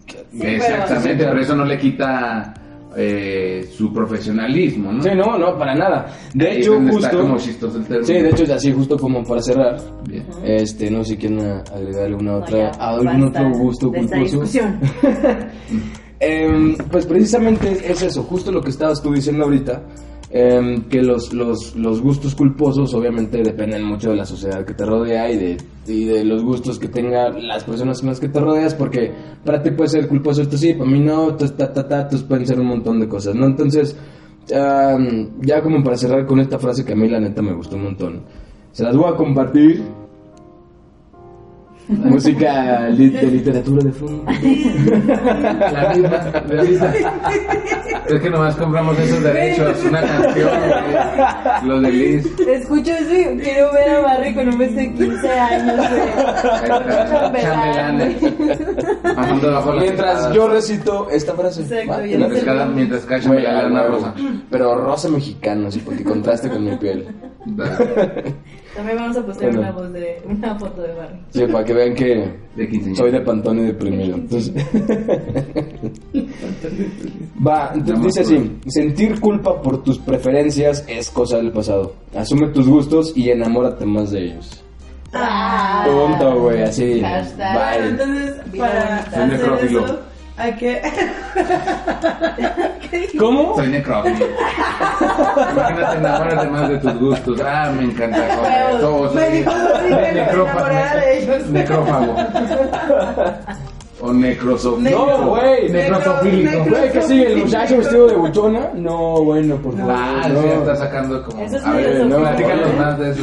S3: que-
S8: pues,
S6: Exactamente,
S3: pero-
S6: pero eso no le quita eh, su profesionalismo, ¿no?
S3: Sí, no, no, para nada. De
S6: Ahí
S3: hecho,
S6: es donde Está
S3: justo...
S6: como chistoso el término.
S3: Sí, de hecho, así justo como para cerrar,
S6: Bien.
S3: este, no sé si quieren a- agregar alguna
S8: No,
S3: otra,
S8: ya,
S3: algún
S8: basta
S3: otro gusto
S8: de esta
S3: culposo.
S8: discusión.
S3: Em, pues precisamente es- es eso, justo lo que estabas tú diciendo ahorita, em, que los, los, los gustos culposos obviamente dependen mucho de la sociedad que te rodea y de, y de los gustos que tengan las personas con las que te rodeas, porque para ti puede ser culposo esto sí, para mí no, entonces ta, ta, ta, entonces pueden ser un montón de cosas, ¿no? Entonces, am, ya como para cerrar con esta frase que a mí la neta me gustó un montón, se las voy a compartir. Música li- de literatura de fondo.
S6: La misma, la misma. es que nomás compramos esos derechos, una canción, güey. lo de Liz.
S8: Escucho eso y quiero ver a Barry con un beso de 15 años.
S6: Ahí está,
S8: Chambelán.
S6: Chambelán. eh, Bajando bajo la
S3: Mientras
S6: escada.
S3: yo recito esta frase.
S8: Exacto,
S3: ¿va?
S8: y
S3: ¿No?
S6: Mientras cada- mientras cae
S3: Güey,
S6: Chambelán
S3: a
S6: una
S3: huevo.
S6: rosa.
S3: Pero rosa mexicana, así porque contraste con mi piel.
S8: También vamos a postear
S3: Bueno.
S8: una, voz de, una foto de Barry.
S3: Sí, para que vean que
S6: De
S3: soy
S6: 15
S3: de pantón y deprimido. Entonces... Va, entonces dice así, sentir culpa por tus preferencias es cosa del pasado. Asume tus gustos y enamórate más de ellos.
S5: Ah,
S3: Punto, güey, así.
S8: Hashtag.
S3: Bye.
S5: Bueno, Ah, entonces,
S8: Vida
S5: para
S8: bonita.
S6: Soy
S5: hacer
S6: necrófilo.
S5: eso, hay que...
S3: ¿Cómo?
S6: Soy necrófilo. Imagínate enamorarte más de tus gustos. Ah, me encanta. comer. Todos
S5: Me dijo Sofi que me
S6: Necrófago.
S5: enamorara de ellos.
S6: Necrófago. O necrosof.
S3: No, güey.
S6: Necrosofílico.
S3: Güey, ¿qué sigue? ¿El muchacho vestido de buchona? No, bueno, por favor.
S6: Ah,
S3: no.
S6: sí, ya está sacando como.
S8: Eso es
S6: a ver,
S8: filosofía,
S6: no, platícanos
S3: ¿eh?
S6: más de eso.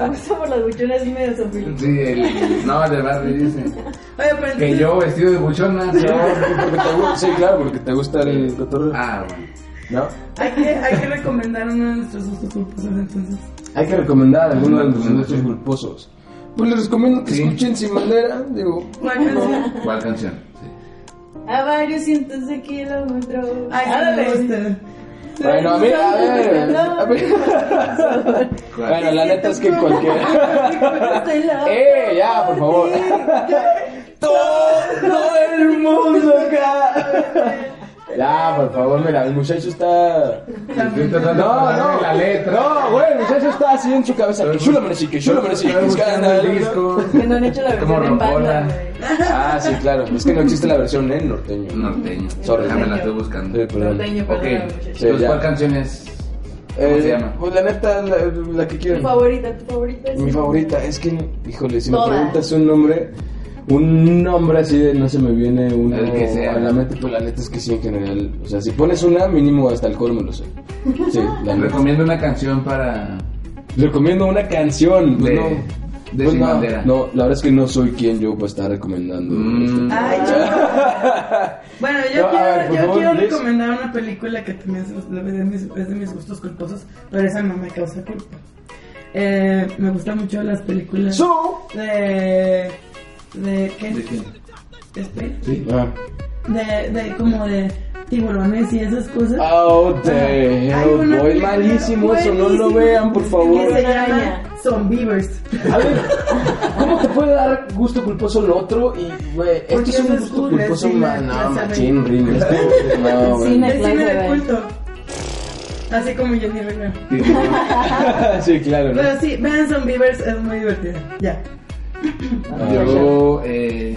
S8: Me gusta por las buchonas y medio sofílico.
S6: Sí, el. No, de Barry dice.
S5: Oye, pero
S6: Que
S5: entonces,
S6: yo vestido de buchona.
S3: No,
S6: yo-
S3: porque te gusta, sí, claro, porque te gusta el cotorreo.
S6: Ah, bueno.
S3: ¿No?
S5: hay, que, hay que recomendar uno de nuestros gustos culposos, entonces.
S3: Hay que recomendar alguno de los nuestros culposos. Pues les recomiendo que
S6: Sí.
S3: escuchen sin bandera, digo.
S5: ¿Cuál canción?
S6: ¿Cuál canción? Sí.
S8: A varios cientos de kilómetros.
S5: Ay,
S8: Ándale.
S5: que me gusta.
S3: Bueno, a mí, a ver. a ver.
S6: ¿Cuál?
S3: Bueno, la neta es que cualquiera.
S8: Estoy loca.
S3: ¡Eh, ya, por favor! Todo el mundo acá. Ya, por favor, mira, el muchacho está.
S6: Estoy tratando de
S3: No,
S6: acordarme
S3: no,
S6: la letra.
S3: No, güey, el muchacho está así en su cabeza. Que yo lo merecí, que yo lo merecí. que
S6: Estoy
S3: es que
S6: buscando
S3: anda-
S6: el disco.
S8: Que no han hecho la
S6: Como
S8: versión en
S6: rocola.
S8: banda, güey.
S3: Ah, sí, claro. Es que no existe la versión en norteño.
S6: Norteño.
S3: Sorry.
S6: Ya me la estoy
S3: Sí,
S6: buscando.
S3: perdón.
S8: Norteño,
S6: Ok.
S8: perdóname, muchachos.
S3: Sí,
S6: Entonces,
S3: ya.
S6: ¿Cuál canción es? ¿Cómo
S3: Eh,
S6: se llama?
S3: Pues la neta, la, la que
S8: Tu
S3: quieran.
S8: favorita, tu favorita es.
S3: Mi favorita es que, híjole, si me
S8: Todas.
S3: preguntas un nombre, un nombre así de no se me viene uno
S6: El que sea.
S3: a la mente, pues la neta es que sí en general. O sea, si pones una, mínimo hasta el coro me lo sé. Sí, la neta.
S6: Recomiendo una canción para.
S3: Recomiendo una canción. pues
S6: De-
S3: no.
S6: de
S3: Pues
S6: Sin
S3: no,
S6: Bandera.
S3: no, la verdad es que no soy quien yo para estar recomendando. este.
S6: Mm.
S5: Ay, yo- Bueno, yo
S3: No, a
S5: quiero,
S3: ver, por
S5: yo
S3: favor,
S5: quiero
S3: Liz.
S5: recomendar una película que también es, es de mis, es de mis gustos culposos, pero esa no me causa culpa. Eh, me gustan mucho las películas
S3: So-
S5: de... ¿De qué?
S6: ¿De quién?
S5: Espera.
S3: Ah.
S5: De, de como de tiburones y esas cosas.
S3: Out the
S5: Hay una
S3: hell, boy.
S5: película
S3: Ah, Malísimo eso, no lo
S5: buenísima
S3: vean, por favor.
S5: Que se
S8: Araña.
S5: llama Zombievers.
S3: A ver, ¿cómo te puede dar gusto culposo lo otro? Y, güey, esto
S5: Porque
S3: es un
S5: eso es
S3: gusto
S5: cool,
S3: culposo,
S5: es cine,
S3: man.
S5: ya
S3: No,
S5: saben.
S3: machín, Rin, esto- este, No, güey.
S4: Cine.
S5: Es cine
S4: Clase B.
S5: de culto. Así como Jenny Rivera.
S3: Sí, claro, ¿no?
S5: Pero sí, vean Zombievers, es muy divertida. Ya.
S8: Ah,
S6: Yo eh,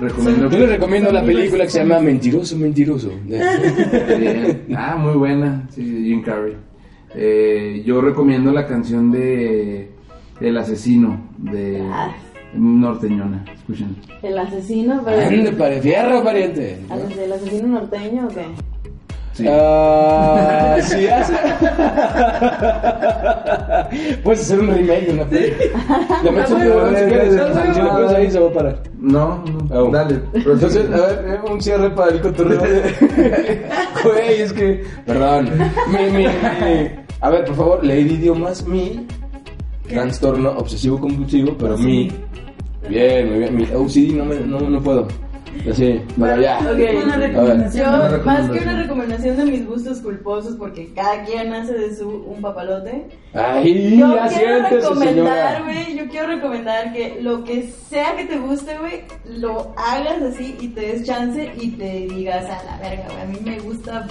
S6: recomiendo.
S3: Yo les recomiendo la película que se llama Mentiroso, Mentiroso.
S6: Bien. Ah, muy buena. Sí, sí, Jim Carrey. Eh, yo recomiendo la canción de El asesino de Norteñona. Escuchen.
S4: El asesino,
S3: Ande,
S4: pero.
S3: pare, fierro, pariente.
S4: ¿El asesino norteño o qué?
S6: Sí.
S3: Ah, sí, hace- Puedes hacer un remake de una película. Le metes un tiburón, si quieres, si le pones ahí, se va a parar.
S6: No, no.
S3: Oh.
S6: Dale.
S3: Entonces, a ver, eh, un cierre para el cotorreo. de- Güey, es que. Perdón. Mi, mi, mi- A ver, por favor, leí idiomas mi. Trastorno obsesivo compulsivo, pero mi. Bien, muy bien. Mi OCD no, me, no, no puedo. Así, pero ya.
S5: Una
S8: Yo,
S5: recomendación.
S6: Una
S8: más que
S6: recomendación.
S8: una recomendación de mis gustos culposos, porque cada quien hace de su un papalote,
S3: Ahí,
S8: yo
S3: ya
S8: quiero
S3: siéntese,
S8: recomendar,
S3: señora.
S8: güey, yo quiero recomendar que lo que sea que te guste, güey, lo hagas así y te des chance y te digas a la verga, güey, a mí me gusta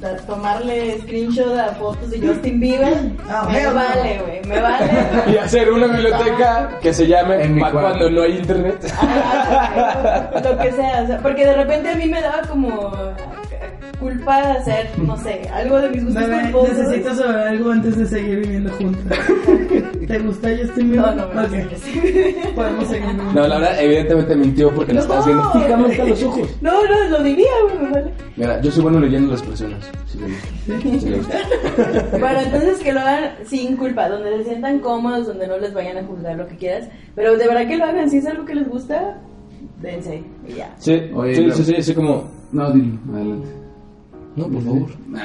S8: da- tomarle screenshot a fotos de Justin Bieber,
S5: Ah,
S8: me
S5: bueno.
S8: vale, güey, me vale.
S3: Y hacer una biblioteca que se llame
S6: En mi
S3: Pa'
S6: cuarto.
S3: cuando no hay internet.
S8: lo que sea, o sea, porque de repente a mí me daba como culpa de hacer, no sé, algo de mis gustos
S5: Bebé,
S8: culposos.
S5: necesito saber algo antes de seguir viviendo juntos. ¿Te gusta Justin
S8: No,
S5: Bieber?
S8: no, no,
S5: Ok, Podemos seguir.
S3: No, la verdad, evidentemente mintió porque lo estás viendo
S8: No.
S3: fijamente a los ojos.
S8: no, no, lo diría, güey, me vale.
S3: Mira, yo soy bueno leyendo las personas. Si le gusta. Si le gusta.
S8: Bueno, entonces que lo hagan sin culpa, donde se sientan cómodos, donde no les vayan a juzgar lo que quieras, pero de verdad que lo hagan, si es algo que les gusta, dense y ya.
S3: Sí,
S6: Oye,
S3: sí,
S6: no.
S3: sí, sí, así como.
S6: No, dilo. Adelante. Ah.
S3: No, por favor.
S6: No,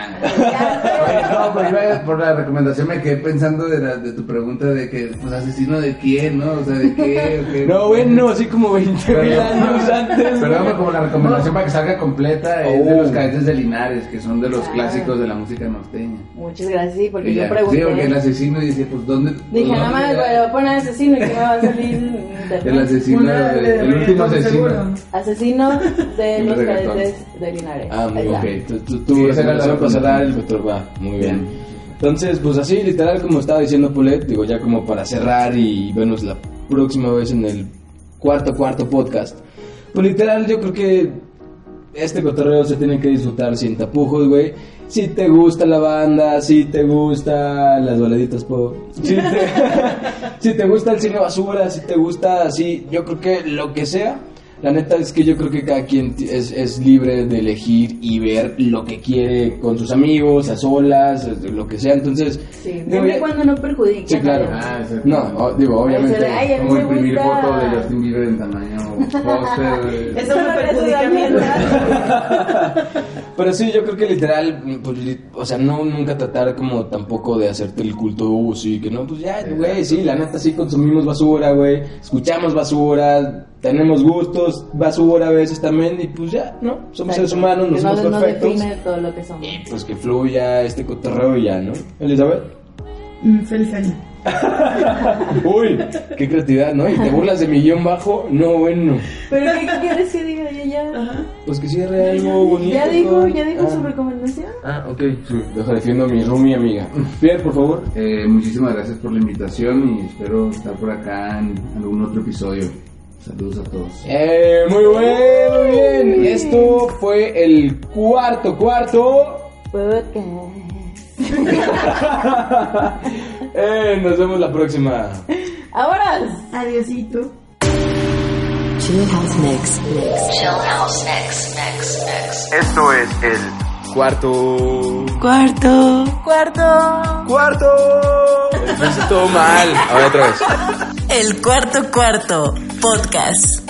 S6: pues yo por la recomendación me quedé pensando de, la, de tu pregunta de que, pues, asesino de quién, ¿no? O sea, de qué. o qué?
S3: No, güey, no, así como 20 mil
S6: Perdón.
S3: años antes.
S6: Perdón, pero como la recomendación para que salga completa es de
S3: Oh.
S6: los cadetes de Linares, que son de los clásicos de la música norteña.
S4: Muchas gracias, sí, Ah. porque
S6: Y
S4: yo
S6: ya, Sí, porque el
S4: pregunté.
S6: asesino dice, pues, ¿dónde?
S4: Dije,
S6: pues,
S4: nada
S6: dónde
S4: más,
S6: era?
S4: güey, lo ponen asesino y que me va a salir en internet.
S6: El asesino,
S5: Una
S6: el,
S5: de
S6: el último
S5: reggaetón,
S6: asesino.
S5: seguro.
S4: Asesino de
S6: El
S4: los
S6: reggaetón.
S4: cadetes de Linares.
S3: Ah, muy
S4: Ahí va.
S3: bien. Tú, tú,
S6: Sí,
S3: tú
S6: esa
S3: esa
S6: era la
S3: canción pasará el
S6: recomendación.
S3: doctor va. Muy bien. Entonces, pues así, literal, como estaba diciendo Polet, digo, ya como para cerrar y vernos la próxima vez en el cuarto, cuarto podcast. Pues literal, yo creo que este cotorreo se tiene que disfrutar sin tapujos, güey. Si te gusta la banda, si te gusta las baladitas pop, si te, si te gusta el cine basura, si te gusta así, yo creo que lo que sea. La neta es que yo creo que cada quien ti- es, es libre de elegir y ver lo que quiere con sus amigos, a solas, lo que sea. Entonces,
S4: Sí,
S3: digo,
S4: siempre
S3: ya-
S4: y cuando no perjudique.
S3: Sí, claro.
S6: Ah, exacto.
S3: No, o- digo, obviamente.
S4: Ay, a mí
S6: Como
S4: me
S6: imprimir
S4: gusta.
S6: foto de Justin Bieber en tamaño póster.
S5: Eso me
S4: Solo eso
S5: perjudica a mí.
S4: también, ¿verdad?
S3: Pero sí, yo creo que literal, pues, li- o sea, no nunca tratar como tampoco de hacerte el culto, uh, sí, que no, pues ya, güey, sí, la neta sí consumimos basura, güey, escuchamos basura, tenemos gustos, basura a veces también, y pues ya, ¿no? Somos seres humanos, no
S4: Que
S3: somos
S4: no
S3: perfectos.
S4: define todo lo que somos.
S3: Y pues que fluya este cotorreo y ya, ¿no? Elizabeth.
S5: Mm, Feliz año.
S3: Uy, qué creatividad, ¿no? Y te burlas de mi guión bajo, no bueno.
S8: Pero ¿qué quieres que diga yo ya?
S3: Pues que cierre algo bonito.
S8: Ya dijo,
S3: con-
S8: ya dijo
S3: Ah.
S8: su recomendación.
S3: Ah, ok. Sí, deja defiendo a mi roomie amiga. Pierre, por favor.
S6: Eh, muchísimas gracias por la invitación y espero estar por acá en algún otro episodio. Saludos a todos.
S3: Eh, muy bueno, muy bien. Esto fue el cuarto cuarto. Eh, nos vemos la próxima.
S8: Ahora.
S5: Adiosito.
S1: Chill House Mix.
S2: Chill House Mix, Mix, Mix.
S9: Esto es el cuarto.
S1: Cuarto. Cuarto.
S9: ¡Cuarto!
S3: Todo mal. A ver, otra vez.
S1: El cuarto cuarto podcast.